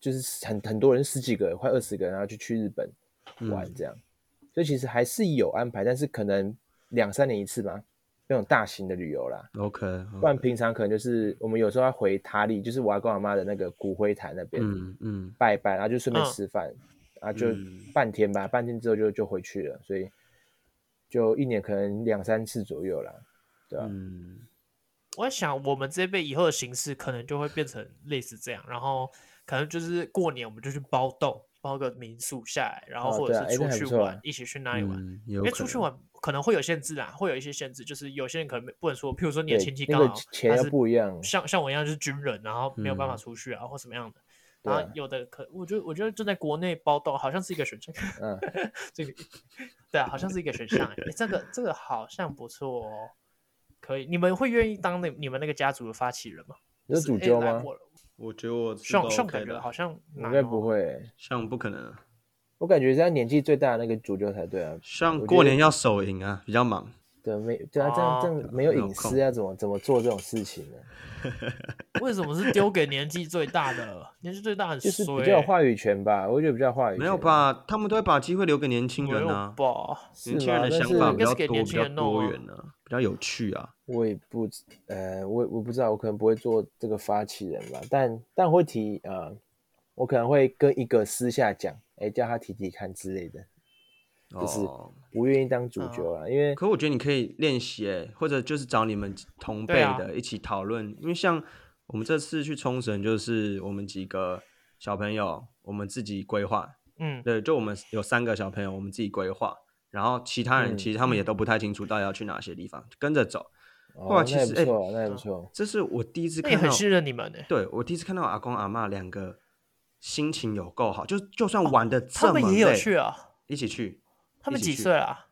就是很很多人十几个，快二十个，然后就去日本
嗯
玩这样。所以其实还是有安排，但是可能两三年一次吧，那种大型的旅游啦。
OK，
不然平常可能就是我们有时候要回塔里，就是我阿公阿妈的那个骨灰坛那边，
嗯嗯，
拜一拜，然后就顺便
嗯
吃饭，然后就
嗯
半天吧，半天之后就就回去了，所以就一年可能两三次左右啦，对吧、
嗯，
我在想，我们这一辈以后的形式可能就会变成类似这样，然后可能就是过年我们就去包栋，包个民宿下来，然后
哦
或
对
者
啊
是
诶
出
那还
去
不错
玩，
啊
一起去哪里玩。
嗯
因
有
为
可
出去
能
玩可能会有限制啦，会有一些限制，就是有些人可能不能说，譬如说你
对，
的亲戚
那
刚
个
好
钱
他
又
是
不一样，
像像我一样是军人，然后没有办法
嗯
出去啊、或什么样的。
对
然
啊
后有的可，我觉得我觉得就在国内包栋好像是一个选项，
嗯，
*laughs* 这个对啊，好像是一个选项、欸，这个这个好像不错哦，可以。你们会愿意当那你们那个家族的发起人吗？
你是
就是
主
诶
揪
来
吗？
我
我觉得我是
上
都
上
OK
感觉
的
好像
我
难
应
哦
该不会欸、
像不可能啊，
我感觉是他年纪最大的那个主揪才对啊，
像
我觉
过
得
年要手淫啊，比较忙。
对，没对啊，这样这
哦
样没有
没有
隐
空
私要啊怎么怎么做这种事情呢？
为什么是丢给年纪最大的？年纪最大很衰、
就是
欸，
比较有话语权吧，我觉得比较有话语权，
没有？吧？他们都会把机会留给年轻
没
人
有
啊，
吧？
是
年轻人
吗
的
但
想
是
法
应
比
该
较
是给
多，
年
比
轻
较
人弄
多
啊
元啊，比较有趣啊。
我也不知，呃，我我不知道，我可能不会做这个发起人吧，但但会提啊、呃我可能会跟一个私下讲，哎，叫他提提看之类的，就是
哦，
不愿意当主角啦，因为
可我觉得你可以练习诶，或者就是找你们同
对
辈
啊
的一起讨论，因为像我们这次去冲绳，就是我们几个小朋友我们自己规划，
嗯，
对，就我们有三个小朋友，我们自己规划，然后其他人
嗯
其实他们也都不太清楚到底要去哪些地方，就跟着走。
哦，
哇
那
其
也
实
不
哎
错，那也不错。
这是我第一次
那也
看到
很，信任你们欸呢、
对我第一次看到阿公阿嬷两个心情有够好，就就算玩的这
哦他
么累，
们也有去啊？
一起去，
他们
一起
几
去
岁啊？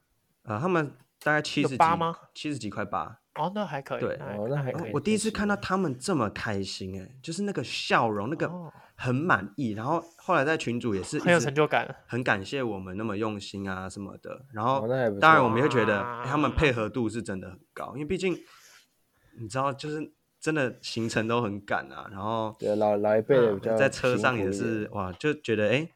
呃，他们大概七
有
十
八吗？
七十几块八，
哦，那还可以。
对
还
哦那还
然后
可以
我第一次
可
看到
惜
他们这么开心、欸，哎，就是那个笑容，那个
哦
很满意。然后后来在群主也是
很有成就
感，
感。
很感谢我们那么用心啊什么的。然后
哦那也不
当然
错
我们又觉得、
哇
欸他们配合度是真的很高，因为毕竟你知道，就是真的行程都很赶啊。然后
对，老老一辈的比较
啊在车上
辛苦
也
一点
是哇，就觉得哎、欸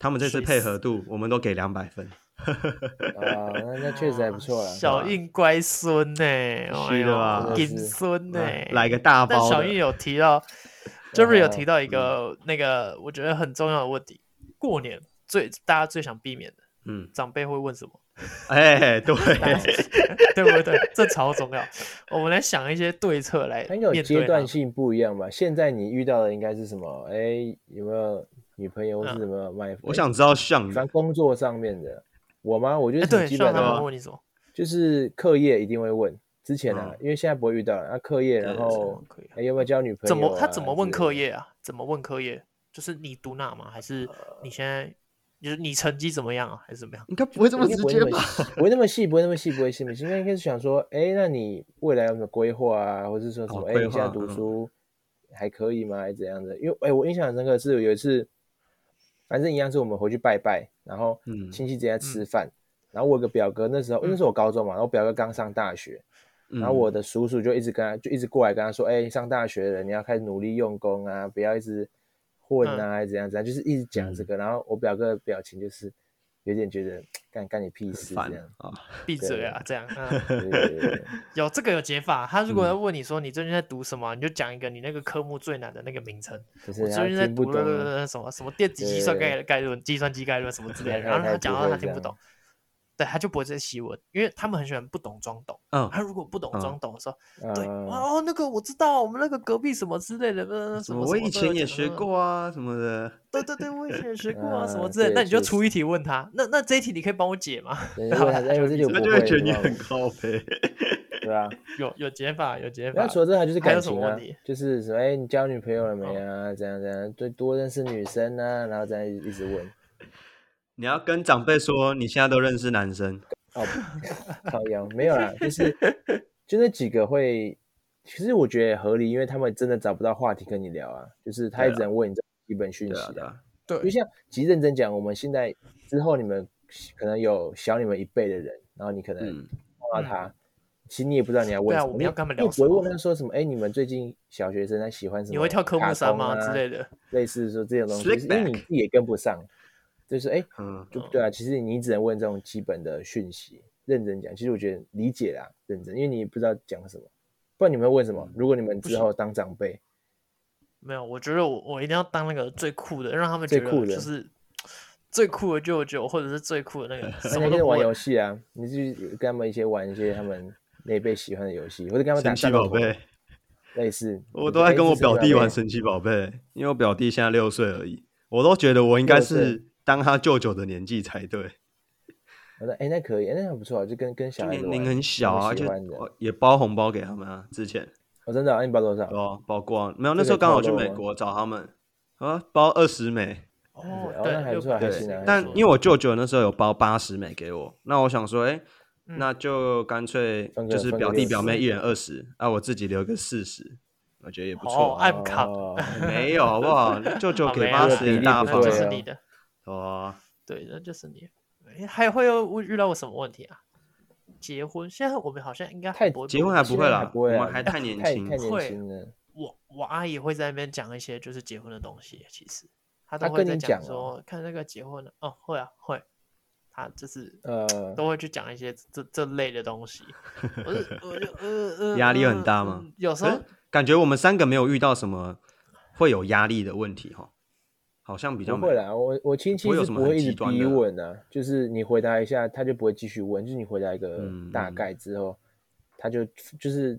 他们这次
水
配合度我们都给两百分。
啊，那那确实还不错
*laughs*
啦。
小
对吧
印乖孙呢、欸，
是的吧
哎呦金孙呢、
啊来个大
但
包的，
小玉有提到，Jerry 有
嗯
提到一个那个我觉得很重要的问题，过年最大家最想避免的，
嗯，
长辈会问什么？ *laughs*
哎、对，
对不对？这超重要。我们来想一些对策来
它应该有
面
阶
对
啊
段
它。
性不一样吧？现在你遇到的应该是什么？哎、有没有女朋友或是
嗯
什么买？
我想知道像
反正工作上面的。我吗？我觉
哎，
得很
对，
基
像
本哦
他
的
上
吧，
们问你什么？
就是课业一定会问。之前啊，
嗯
因为现在不会遇到了，那、课业，然后
可以啊
哎、有没有交女朋友、啊？
怎么他怎么问
之类的
课？业啊？怎么问课业？就是你读哪吗？还是你现在就是你成绩怎么样啊？还是怎么样？
应该不会这么
应该
直
不会
接
那么
吧？
细不会那么细，不会那么细，不会细，不会细。应该应该是想说，哎、那你未来有什么规划啊，或是说什
哦
么，哎、
规
你现在
划
读
嗯
书还可以吗？还是怎样的？因为哎、我印象很深刻是有一次，反正一样是我们回去拜拜，然后
嗯
亲戚之间在吃饭，然后我有个表哥那时候、那时候我高中嘛，然后我表哥刚上大学，
嗯
然
嗯
后我的叔叔就一直跟他，就一直过来跟他说：“哎、上大学了，你要开始努力用功啊，不要一直混
嗯
啊，还是怎样怎样。”就是一直讲这个。然后我表哥的表情就是有点觉得干干你屁事
烦
*laughs*
这样。
啊，
闭
对
嘴啊！这样，嗯
对对对对
有这个有解法。他
嗯
如果要问你说你最近在读什么啊，你就讲一个你那个科目最难的那个名称。
可是
我最近在
他听不
读
懂
了呃
啊。
了什么什么电子计算
对
概概论、计算机概论什么之类的，
*laughs* 他
然后
他
他
也
讲到
不会
他听
这
不
样
懂，对他就不会再细问，因为他们很喜欢不懂装懂。
嗯
他如果不懂
嗯
装懂的时候，对，
啊，
哦，那个我知道，我们那个隔壁什么之类的，呃，什么
我
什么
以
都有
前也
讲
学
嗯
过啊，什么的，
对对对，我以前也学过啊，什么
嗯
之类的。
*laughs* 对
那你就
确
出一题问他，那那这一题你可以帮我解吗？ *laughs*
人家问他，哎，我这里不
他
会，
就会觉得你
有没有
很高呗。
对吧？
有有解法，有解法
那。除了这个还就是
还有
感
什么
情啊
问题，哦
就是什么，哎，你交女朋友了没啊？怎样怎样，多多认识女生啊，然后这样一直一直问。
你要跟长辈说你现在都认识男生，
哦，靠腰没有啦，
*laughs*
就是就那几个会，其实我觉得也合理，因为他们真的找不到话题跟你聊啊，就是他
对
也只能问你这基本讯
对
息
啊对啊，
就
对，
像极认真讲，我们现在之后你们可能有小你们一辈的人，然后你可能
嗯
碰到他，其实你也不知道你要问
对啊
什么，
我们要跟他们
你也
聊
不会
什么
问他说什么，哎，你们最近小学生在喜欢什么？
你会跳科目三吗之类
的，
的？
类似说这种东西，就是因
Slick
为你
back
自己也跟不上，就是哎，
嗯，
就
嗯
对啊，其实你只能问这种基本的讯息，认真讲。其实我觉得理解啦，认真，因为你也不知道讲什么，不然你们会问什么？
嗯
如果你们之后当长辈，
没有，我觉得我我一定要当那个最酷的，让他们觉
最酷
得
的
就是最酷的舅舅，或者是最酷的那
*laughs*
个
那
什
你
么
就
都
是
不
玩
会
游戏啊，你就跟他们一些玩一些他们那一辈喜欢的游戏，或者跟他们打
神奇
大
宝
乱斗，
贝，
类似。哎
我都在跟我表弟玩
神
神奇宝贝，因为我表弟现在六岁而已，我都觉得我应该
六
是当他舅舅的年纪才对，
我说哎，那可以，哎那很不错，就跟跟小
就
孩
年
子玩
龄很小啊，
他们
就
喜欢的。
我也包红包给他们啊，之前
我真的啊，那你包多少
*laughs* 对？啊，包过啊没有，
这
那时候
可以
刚好
透
去
露
美
吗
国找他们啊，包二十枚。
哦
哦，那
对，
还
六
不错
百
还
多
行啊还
但
不错
因为我舅舅那时候有包八十枚给我，那我想说，哎、
嗯
那就干脆
分个
就是
分个
表弟
60
表妹一人二十，啊，我自己留个四十，我觉得也不
哦
错。啊
，I'm cup，
哦
没有好不好？舅舅
*laughs* 好
给
啊没
八
有
十
比
也
例
大
不
方
那就
对
是
啊
你的，
哦。
对，那就是你。诶还会有遇到过什么问题啊？结婚，现在我们好像应该还
太
不会
结婚
碰
还
到
不会啦
现在还不会啊
我们还太年
太
轻
太年
会
轻了。
我我阿姨会在那边讲一些就是结婚的东西，其实她都
她
会
跟
在
你
讲
讲哦
说、看那个结婚的哦，会啊会，她就是
呃，
都会去讲一些这这类的东西。我就我就呃呃，
*laughs* 压力
呃
很大吗
嗯有时
可
候
是感觉我们三个没有遇到什么会有压力的问题哈，好像比较
不
没
会啦，我我亲戚
不会有
是
什么
不
很
会一
极
直
端
逼
的
问啊，就是你回答一下，他就不会继续问，就是你回答一个
嗯
大
嗯
概之后，他就就是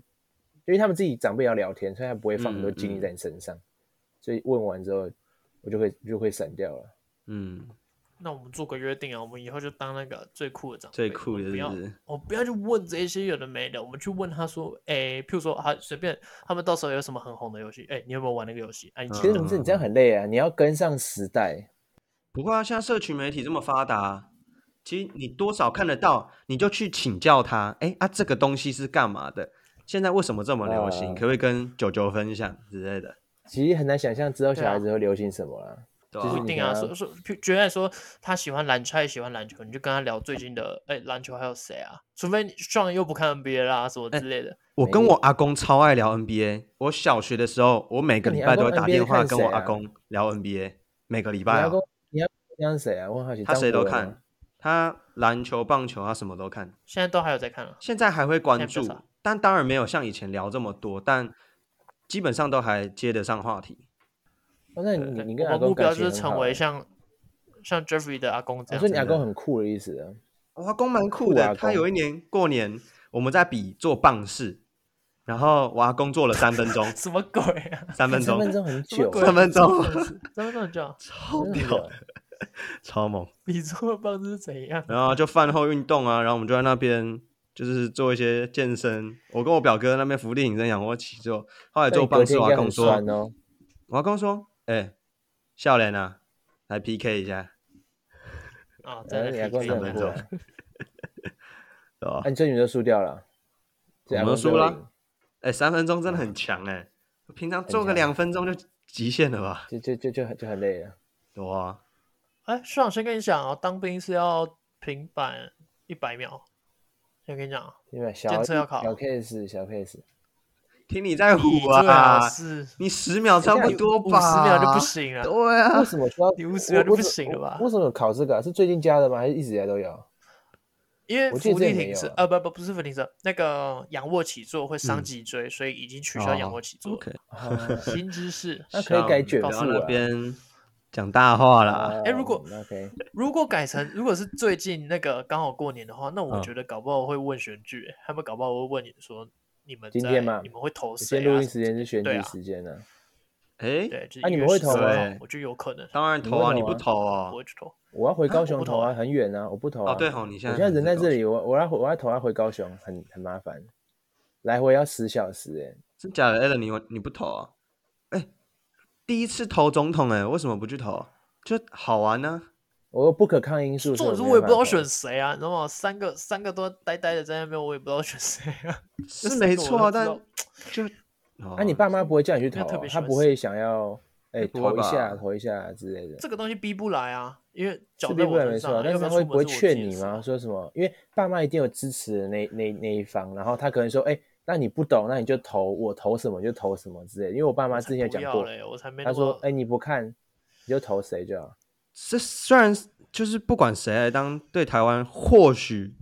因为他们自己长辈要聊天，所以他不会放很多
嗯
精力
嗯
在你身上，所以问完之后我就会就会散掉了。
嗯，
那我们做个约定啊，我们以后就当那个最酷的长辈，
最酷
我
的
们不
是
要
不是？
我不要去问这些有的没的，我们去问他说，哎、譬如说啊，随便他们到时候有什么很红的游戏，哎、你有没有玩那个游戏？
嗯
哎、你记
其实
得
你
吗
这你这样很累啊，你要跟上时代。
不过啊，现在社群媒体这么发达，啊其实你多少看得到，你就去请教他。哎啊，这个东西是干嘛的？现在为什么这么流行？
呃
可不可以跟九九分享之类的？
其实很难想象之后
对
小孩
啊
子会流行什么啦。
对
就
不
是
一
啊
你
定啊，
想要
说说，譬举例来说，他喜欢篮球，他也喜欢篮球，你就跟他聊最近的，哎、篮球还有谁啊？除非你上又不看 NBA 啦、什么之类的，
我跟我阿公超爱聊 NBA。我小学的时候，我每个
那你
礼拜
阿
都
公
会打
NBA
电话
看
跟我
谁啊
阿公聊 NBA，每个礼
你
拜
要
啊
跟，你要这样谁啊？我很好奇，
他
张
谁都
伯伦吗
看，他篮球、棒球，他什么都看。
现在都还有在看啊。
现在还会关
现在比
注
较少，
但当然没有像以前聊这么多，但基本上都还接得上话题。
哦，那你你跟
我
阿
们目
公
标
感
就是
情很
成
好
为
欸。
像像 Jeffrey 的阿公这样
我说
子。，
你阿公很酷的意思啊。
我哦阿公蛮酷
酷阿
的，
公
他有一年过年，我们在比做棒式，然后我阿公做了三分钟
什么鬼啊？
三分
三
钟，
分钟很
什么
久
鬼
欸，
三分钟
三分钟就好。
超
真的啊
屌，
啊
超猛。
你做的棒子是怎样？
然后就饭后运动啊，然后我们就在那边就是做一些健身。我跟我表哥那边伏地挺身、仰卧起坐，后来
那
啊做
你隔
棒式，
天应
我
该
阿
很
公说
酸哦。
我阿公说：“哎、笑脸啊，来 PK 一下，
啊，
然
在
后哎你阿
那
公
里
真的
哎三分
很
钟
酷啊。
对吧
啊，？你这女的输掉了，所以
*laughs*
阿
我们
公
输
最后
了
赢，
哎、三分钟真的很强哎、平常做个
很强
两分钟就极限了吧？
就就就就很就很累了。
对啊，
哎，市长先跟你讲哦，当兵是要平板一百秒。先跟你讲哦，
因为小
监测要
小
考
case
*laughs*
小 case，
听你在
你
唬
最好
啊，
是
你十秒差不多
五
吧？
十秒就不行了。
对啊
为，什么说
你五十秒就不行了吧
为什么有考这个啊？是最近加的吗？还是一直以来
*laughs*
都有？
因为
我记得
伏
这
地
也没
挺
有
身
啊，
呃，不不不是伏地挺身，那个仰卧起坐会伤
嗯
脊椎，所以已经取消仰
哦
卧起坐了。
OK，
啊
新知识，
那可以改卷
不
告
要
诉
那
我啊
边讲大话啦。
哎如果
嗯 OK，
如果改成如果是最近那个刚好过年的话，那我
嗯
觉得搞不好会问选举、欸他们搞不好会问你说你们
今
在
天嘛
你们会投
今天
谁
录
啊
音？时间是选
对
举
啊
时间呢。
哎、
对，就是
啊你
1
们会
月
投
14
吗
号我觉得有可能，
当然投啊，
你
你
不
不
投
投
我
哦
会。去投。
我要回高雄投
啊我
啊，
不投啊
很远啊，我不投啊。
哦，对吼，你现
我
在
现在人在这
里，
里，我我要回我要投啊，回高雄很很麻烦，来回要十小时哎、
真假的 a l 你你不投啊？哎、第一次投总统哎、为什么不去投？就好玩啊呢、
我有不可抗因素。
重点是
所以
我也不知道
没办
选
法
谁啊，你知道吗？三个三个都呆呆的在那边，我也不知道选谁啊。 *laughs* 这
是
三
没
个我
错
都
啊，但
不知
就
投
哦
啊，你爸妈不会叫你去投
没有特
哦、
别喜
他
欢
不会想要哎、
哎不会
投一下
吧
投一下之类的。
这个东西逼不来啊，因为
是
脚
逼
在
不
我
来没
身上
错
啊、
啊，但
要
是
不
他
然
会
出
不
门
会
是我
劝
自己的
你
事啊
吗？？说什么？因为爸妈一定有支持的那那那一方，然后他可能说，哎、那你不懂，那你就投我投什么就投什么之类的。因为我爸妈之前有
不
讲
要
过，
嘞，我才没
他
那
说
么，
哎、你不看你就投谁就好。
这虽然就是不管谁来当，对台湾或许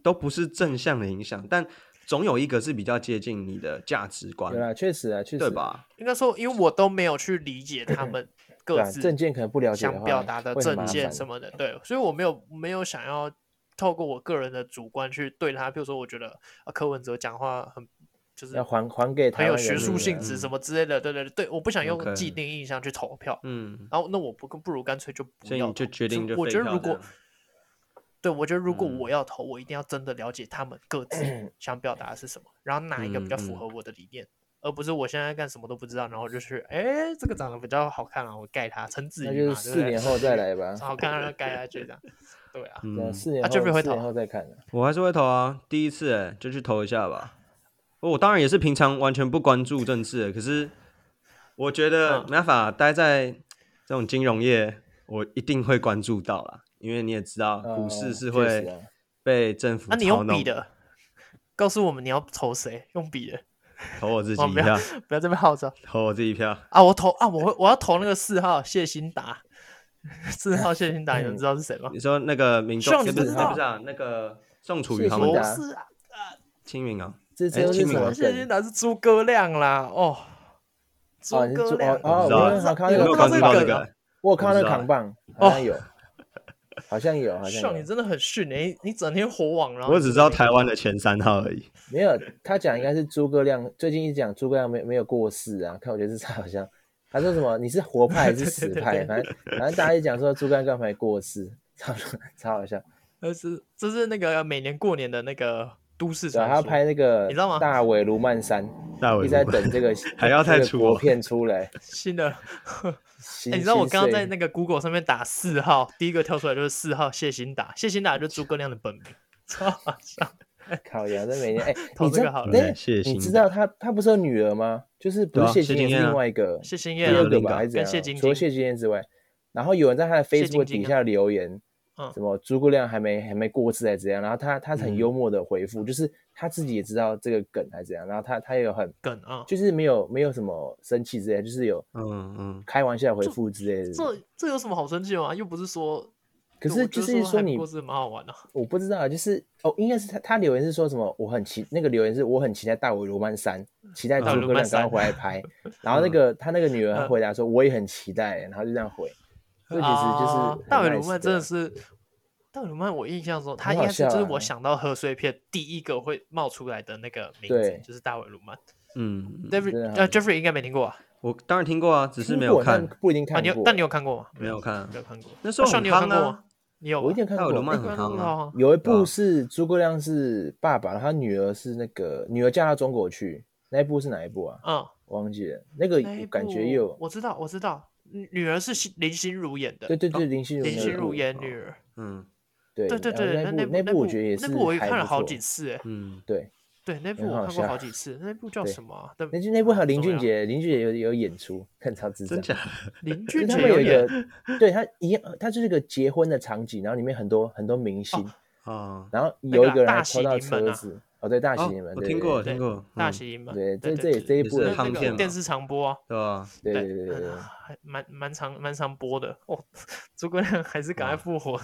都不是正向的影响，但总有一个是比较接近你的价值观
对，啦，确实啊，确实
对吧？
应该说，因为我都没有去理
*clears throat*
解他们
对
各
啊，
自
证件可能不了解的
想
话，
表达的
会很麻
证件
烦
什么的，对，所以我没有没有想要透过我个人的主观去对他，比如说我觉得、啊、柯文哲讲话很就是
要还还给他
很有学术性
啊
嗯
质什么之类的，对对对，我不想用
OK
既定印象去投票，
嗯，
然后那我不不如干脆就不
所以
要
你
投，
就决定
所
就
以我
废
觉得
票
如
这
果
样
对我觉得如果
嗯
我要投，我一定要真的了解他们各
*clears throat*
自想表达的是什么，然后哪一个比较符
嗯嗯
合我的理念。而不是我现在干什么都不知道，然后就是，哎，这个长得比较好看啊，我盖他，陈子
那
瑜
就是
嘛，对不
四
对。
年后再来吧
好看啊，盖下去这
*laughs*
样。对啊，
对啊
嗯，
四年
啊
后，
Jeffrey 会
四
投
年后再看啊。
我还是会投啊，第一次哎、就去投一下吧。我当然也是平常完全不关注政治的，可是我觉得
嗯
没办法待在这种金融业，我一定会关注到啦，因为你也知
哦
道股市
呃
是
确实
会
啊
被政府
那、你
操
用
弄
笔。的，告诉我们你要投谁？用笔的，
投我自己
哦
一
没有
票，
不要这边号召
投我自己一票。
啊！我投啊，我会我要投那个四号谢欣达，四号谢欣达，你们知道是谁吗？
你说那个民众
像你
是不
不
是
知道
不是啊？那个宋楚瑜
谢
*laughs* 他
欣
们
不
达
的
是啊，
清明啊，
这这
哎
又是
清
什
明
么
啊
谢欣
梗？
达是诸葛亮啦，哦，诸
你是
葛
诸
亮
哦，哦
我知道
我
啊
知道
我看
我
你
那
没有
个
有
关
看
注
这
到
个
这
梗啊
个。
我有看到
我
那
知道
扛棒，
哦
好像有，好像有，哎 *laughs* 好像
像你
有。
真的很逊，你你整天火网，然后
我只知道台湾的前三号而已。
没有，他讲应该是诸葛亮，最近一直讲诸葛亮没没有过世啊，看我觉得这好像，他说什么你是活派还
*laughs*
是死
对对
派？
对
反正反正大家就讲说猪肝刚才过世，超超好笑。
那是这是那个每年过年的那个都市
对啊，
传
他要
说，
拍那个
你知道吗
大尾卢曼山，
大
一
伟
直在等这个
还要太
这个
粗
国
哦
片出来。
新的。
新
哎、你知道我刚刚在
新 *laughs*
那个 Google 上面打四号，第一个跳出来就是四号谢欣达，谢欣达就是诸葛亮的本名， *laughs* 超好笑。
岁烤羊，这每年哎，
*laughs* 投
你
这
知
个好了
道对
谢谢
你知
新
道他他不是有女儿吗？就是不
对
是
啊
谢
谢
金燕，
金
是
燕
另
啊
外一个
谢欣
第
燕啊，
二个
另一
吧，
个
还是怎
跟
样
谢
啊
晶？
除
晶
了谢金燕之外，然后有人在他的
晶
Facebook
晶
底
啊
下留言，
嗯
什么诸葛亮还没还没过世还是怎样？然后他他很幽默的回复，就是他自己也知道这个梗还是怎样，然后他他也有很
梗啊，
就是没有没有什么生气之类的，就是有
嗯嗯，
开玩笑回复之类的。
这这有什么好生气的吗？又不是说，
可是
我
就
就是
说
说
你
过是蛮好玩的、
我不知道，就是哦，应该是他他留言是说什么？我很期那个留言是我很期待大伟罗曼山，期待诸葛亮赶快回
*laughs*
来拍。
嗯
然后那个他那个女儿她回答说我也很期待，然后就这样回。所以其实就是
啊
很
大尾
nice
卢曼
的
真的是，大尾卢曼，我印象中他
很
应
好
该是
笑
就是
啊
我想到贺岁片第一个会冒出来的那个名
对
字，就是大尾卢曼。
嗯，
David
真的很
呃 Jeffrey 应该没听过啊，
我当然听过啊，只是
听
没有
过但
看。
不一定看
啊你
过。
有但你有看过吗？
没有看啊
没有看过。
那时候
啊
很
算你有看
夯
过
啊
吗？你有吧？
我一定看
大
过
尾罗曼
欸
很
看过
夯啊，
啊
有一
对
部
啊
是诸葛亮是爸爸，然后他女儿是那个女儿嫁到中国去，那一部是哪一部啊？
嗯，
我忘记了，那个
那一
感觉
部
也有，
我知道，我知道，女女儿是心林心如演的，
对对对，
哦
林心如
林
那
心
一
如
部
演女儿，
嗯
对
对对
然后
对，那
那部那
那
我觉得也是
那部我也
还
看了
不
好
错
几次，哎，
嗯，
对，
对，那部
很
我
好
看过好
笑
几次，那部叫
对
什么啊？但
那就那部还有
不
林
重
俊
要
杰，林俊杰有有演出，看超智障
真。假的？
林俊
就是他
杰
们有一
演
个，对他一样，他就是一个结婚的场景，然后里面很多很多明星，
哦，
然后
那
有一
个
个人
大
还
喜
偷到
临门
车
啊
子，哦对，大喜临门，
我
对
听
对
过，
对
听过，
大
嗯
喜临门，
对，
对
这这也这一
也
部
那
是
的
那
夯
个
片嘛
电视常播啊，
对吧？
对对对对对
嗯，还蛮蛮常蛮常播的哦。诸葛亮还是赶快复活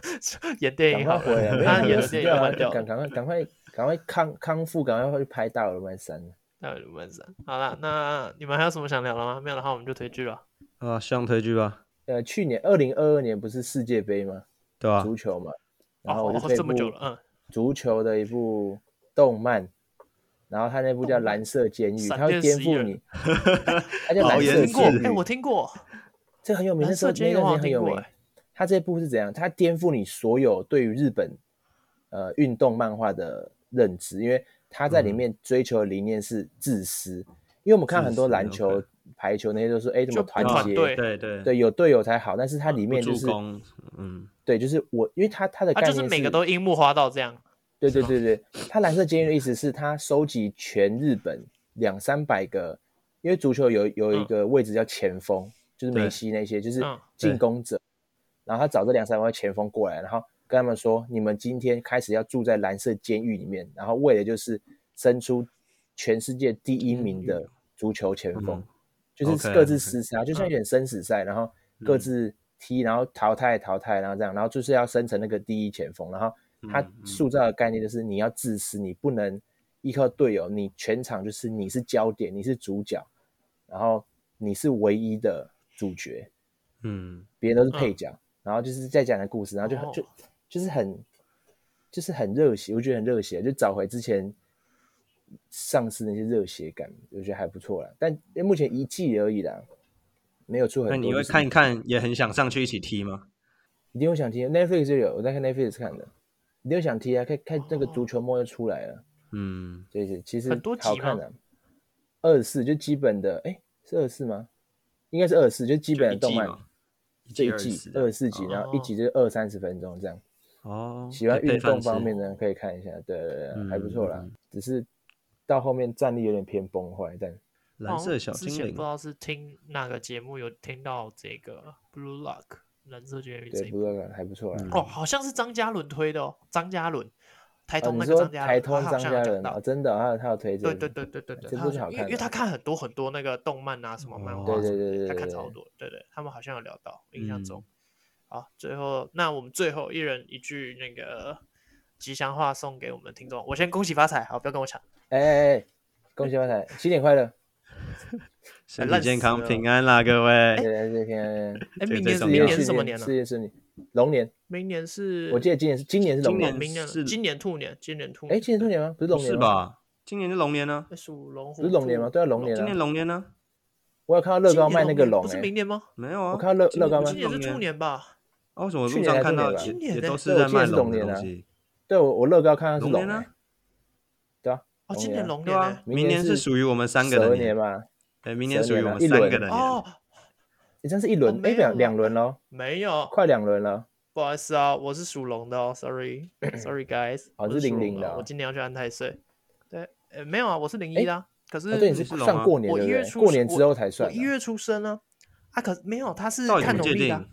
演电
赶
影
快
好
回来，没
了， *laughs*
有
他
很
演
多
的
死
电影
掉
都
啊
蛮屌
赶赶
的。
快赶快赶快康康复，赶快去拍《大耳曼三》了。
那鲁班山，好了，那你们还有什么想聊的吗？没有的话，我们就推剧了。
啊，向推剧吧，
呃，去年二零二二年不是世界杯吗？
对吧？
足球嘛，然后
啊哦
我就
哦
推一
这么久
部
了，嗯，
足球的一部动漫，然后它那部叫《蓝色监狱》，
闪
它会
电
颠
十一
覆
人 *laughs*
你。它叫《
好
蓝
严
色
听过
监狱》，
哎，我听过，
这很有名，
蓝
那时候
色监
那
狱
段
我
时
好像
间很
听
有
过，
名
哎。，
他这部是怎样？他颠覆你所有对于日本呃运动漫画的认知，因为他在里
嗯
面追求的理念是自私。因为我们看
自
很多
私
篮
，OK
球、排球那些都是哎怎
嗯
么
就
团
团
结，
队
对对，
对有队友才好，但是它里
不
面就
助
是
攻，嗯，
对，就是我，因为他他的
他
概
啊就
念
是每个都樱木花道这样，
对对对对，他蓝色监狱的意思是他收集全日本两三百个，因为足球有有一个位置叫前锋，就是梅
嗯对
西那些，就是
嗯
进攻者。然后他找这两三位前锋过来，然后跟他们说：你们今天开始要住在蓝色监狱里面，然后为的就是生出全世界第一名的足球前锋，
嗯
就是各自厮杀，就像有点生死赛，然后各
嗯
自踢，然后淘汰淘汰，然后这样，然后就是要生成那个第一前锋，然后他
嗯嗯
塑造的概念就是你要自私，你不能依靠队友，你全场就是你是焦点，你是主角，然后你是唯一的主角，
嗯，
别人都是配角，然后就是在讲的故事，然后就很、就
哦
就是很就是很热血，我觉得很热血，就找回之前丧失那些热血感，我觉得还不错啦。但因为目前一季而已啦，没有出很
那
多。
你会
就是
看一看，也很想上去一起踢吗？
一定会想听 Netflix 就有，我在看 Netflix 看的，一定会想踢啊！看看那个足球梦就出来了，
嗯，
对对，其实
很多集
好看
吗
的、二十四就基本的，哎，是二十四吗？应该是二十四，就基本的动漫
这
这一季二十四集，然后一
哦
集就是二三十分钟这样。
哦，
喜欢
可以
运
配
动
饭吃
方面呢，可以看一下，对对对，
嗯
还不错啦。
嗯
只是到后面战力有点偏崩坏，但
蓝
好
色
像
小
之
精
前
灵
不知，道是听哪个节目有听到这个 Blue Lock 蓝色监狱这
对
一
不
部
错啦，还不错啦。
哦，好像是张嘉伦推的哦，张嘉伦台
哦，
东
你
那个
说
张嘉伦，
台通
他
张
好像
家
有
人
讲
啊，
到，
真的，他有他有推荐，
对对对对对对，
这
他
部
好
是好
像因为
看
因为
的
他。看很多很多那个动漫啊，什么漫画
哦
什
对
么
对对
的，
对
他看
对
超
对
多，对对，他们好像有聊到，印象
嗯
中。好，最后那我们最后一人一句那个吉祥话送给我们的听众，我先恭喜发财，好，不要跟我抢。
哎哎哎，恭喜发财，新年快乐！
身
烂
体
死
健康
了
平安啦，各位。
对对对，
哎，
这个
明年
最
是
重
明
要
年是什么年呢
事？业顺利，龙年。
明年是
我记得今年是今年是龙
今
年
年，
明年
是
今年兔年，今年兔
哎，
年，
今年兔年吗？不是
不
龙年
是
吗？
吧？今年是龙年呢？
哎属龙虎
不是龙年吗
兔
对啊龙年
今年龙年呢？
我有看到乐高卖那个
龙
龙
不是
哎、
明年吗？
没有啊，
我看到乐
今
乐
年
高
不
卖
今年是
龙
兔年吧？
啊，为什么
去
路
年
上
还
看
是
到
龙
也
年吧
也都
今
是
年
在
对
卖
我
龙的
记得是龙年
东
啊
西？
对我我乐高看到是
龙
龙
年啊
哎对啊，
哦，今年龙
对
年
啊
欸，
明
明
年
年是
是
属于我们三个
蛇
的
年，嘛，
对，明年
蛇
属于
年
我
啊
们
一
三个
轮
的年，
哦，
你真是一轮
哦没
哎两
有
两轮喽，
没有，
快两轮了。
不好意思啊，我是属龙的哦，sorry，sorry
*laughs*
guys，
哦
我
是
属
00
龙
的
的，
哦
我今年要去安太岁。对，呃，没有啊，我是零一的啊，可是
啊对，你
你
是
是龙
算
吗
过年
我
对
一
不
月
对？
出
过
生
年之后才
我
算
一
啊。
月出生啊，啊，可是没有，他是
到底
看
怎么
农
界
历的
定
啊，？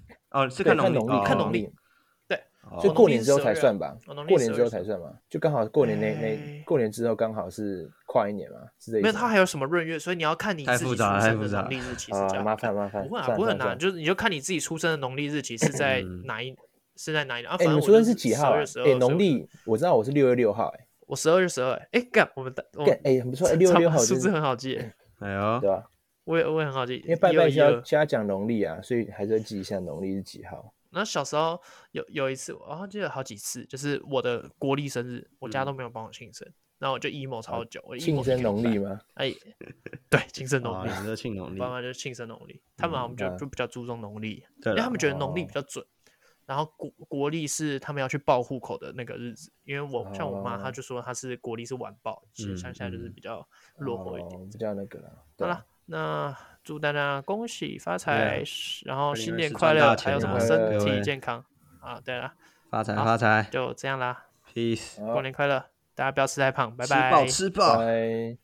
哦，是
对，
农
看
历，
历，
哦
看
农
农历，
哦
就
我农
过
历
年之后
12
才
月
算吧
哦我农。历
过年之
12
后才算嘛，就刚好过年那
哎
那过年之后刚好是跨一年嘛，是这意思吗。
没有，他还有什么闰月，所以你要看你
太
自己
复
出
杂了太
生
复
的
杂
农历日期是这
啊，
样
麻
看。
烦麻烦，
不会啊，
算
不会
了
很
算了
难，就是你就看你自己出生的农历日期是在
嗯
哪一是在哪一年啊？反
哎，你
正
们
我
出生
就是
几号啊
12月？12
哎，农
所以
历我知道我是六月六号，哎，
我十二月十二，哎，干，我们的我
干
们
哎很不错，哎六月六号
数
就是
字很好记耶，
哎呦
对，吧？
我也我也很好记，
因为拜
一二
拜
一
是要
二
是要讲农历啊，所以还是要记一下农历是几号。
然后小时候有有一次，我好像记得好几次，就是我的国历生日，我家都没有帮我庆生，然后我就 emo 超久，我 emo
庆
一
生
个礼
农
拜
历，吗？
哎，对，庆生农
哦，
历
你，们这庆农历，
爸妈就是庆生农历，他们好像就
嗯
就比较注重农历，
对
因为他
了，
们觉得农历
哦
比较准。然后国国历是他们要去报户口的那个日子，因为我像我妈，她
哦
就说她是国历是晚报，其实
嗯
乡下就是
嗯
比较落后一点
哦。比较那个啦。
好
对啊
了，那祝大家恭喜发
对
财
啊，
然后新年
2024
快
赚
乐，
大
还有
钱
什
啊
么身
各
体
位
健康啊？对了，
发财
好
发财
就这样啦。
，peace，
好
过年快乐，大家不要吃太胖，拜
吃
拜。
饱吃饱。
拜。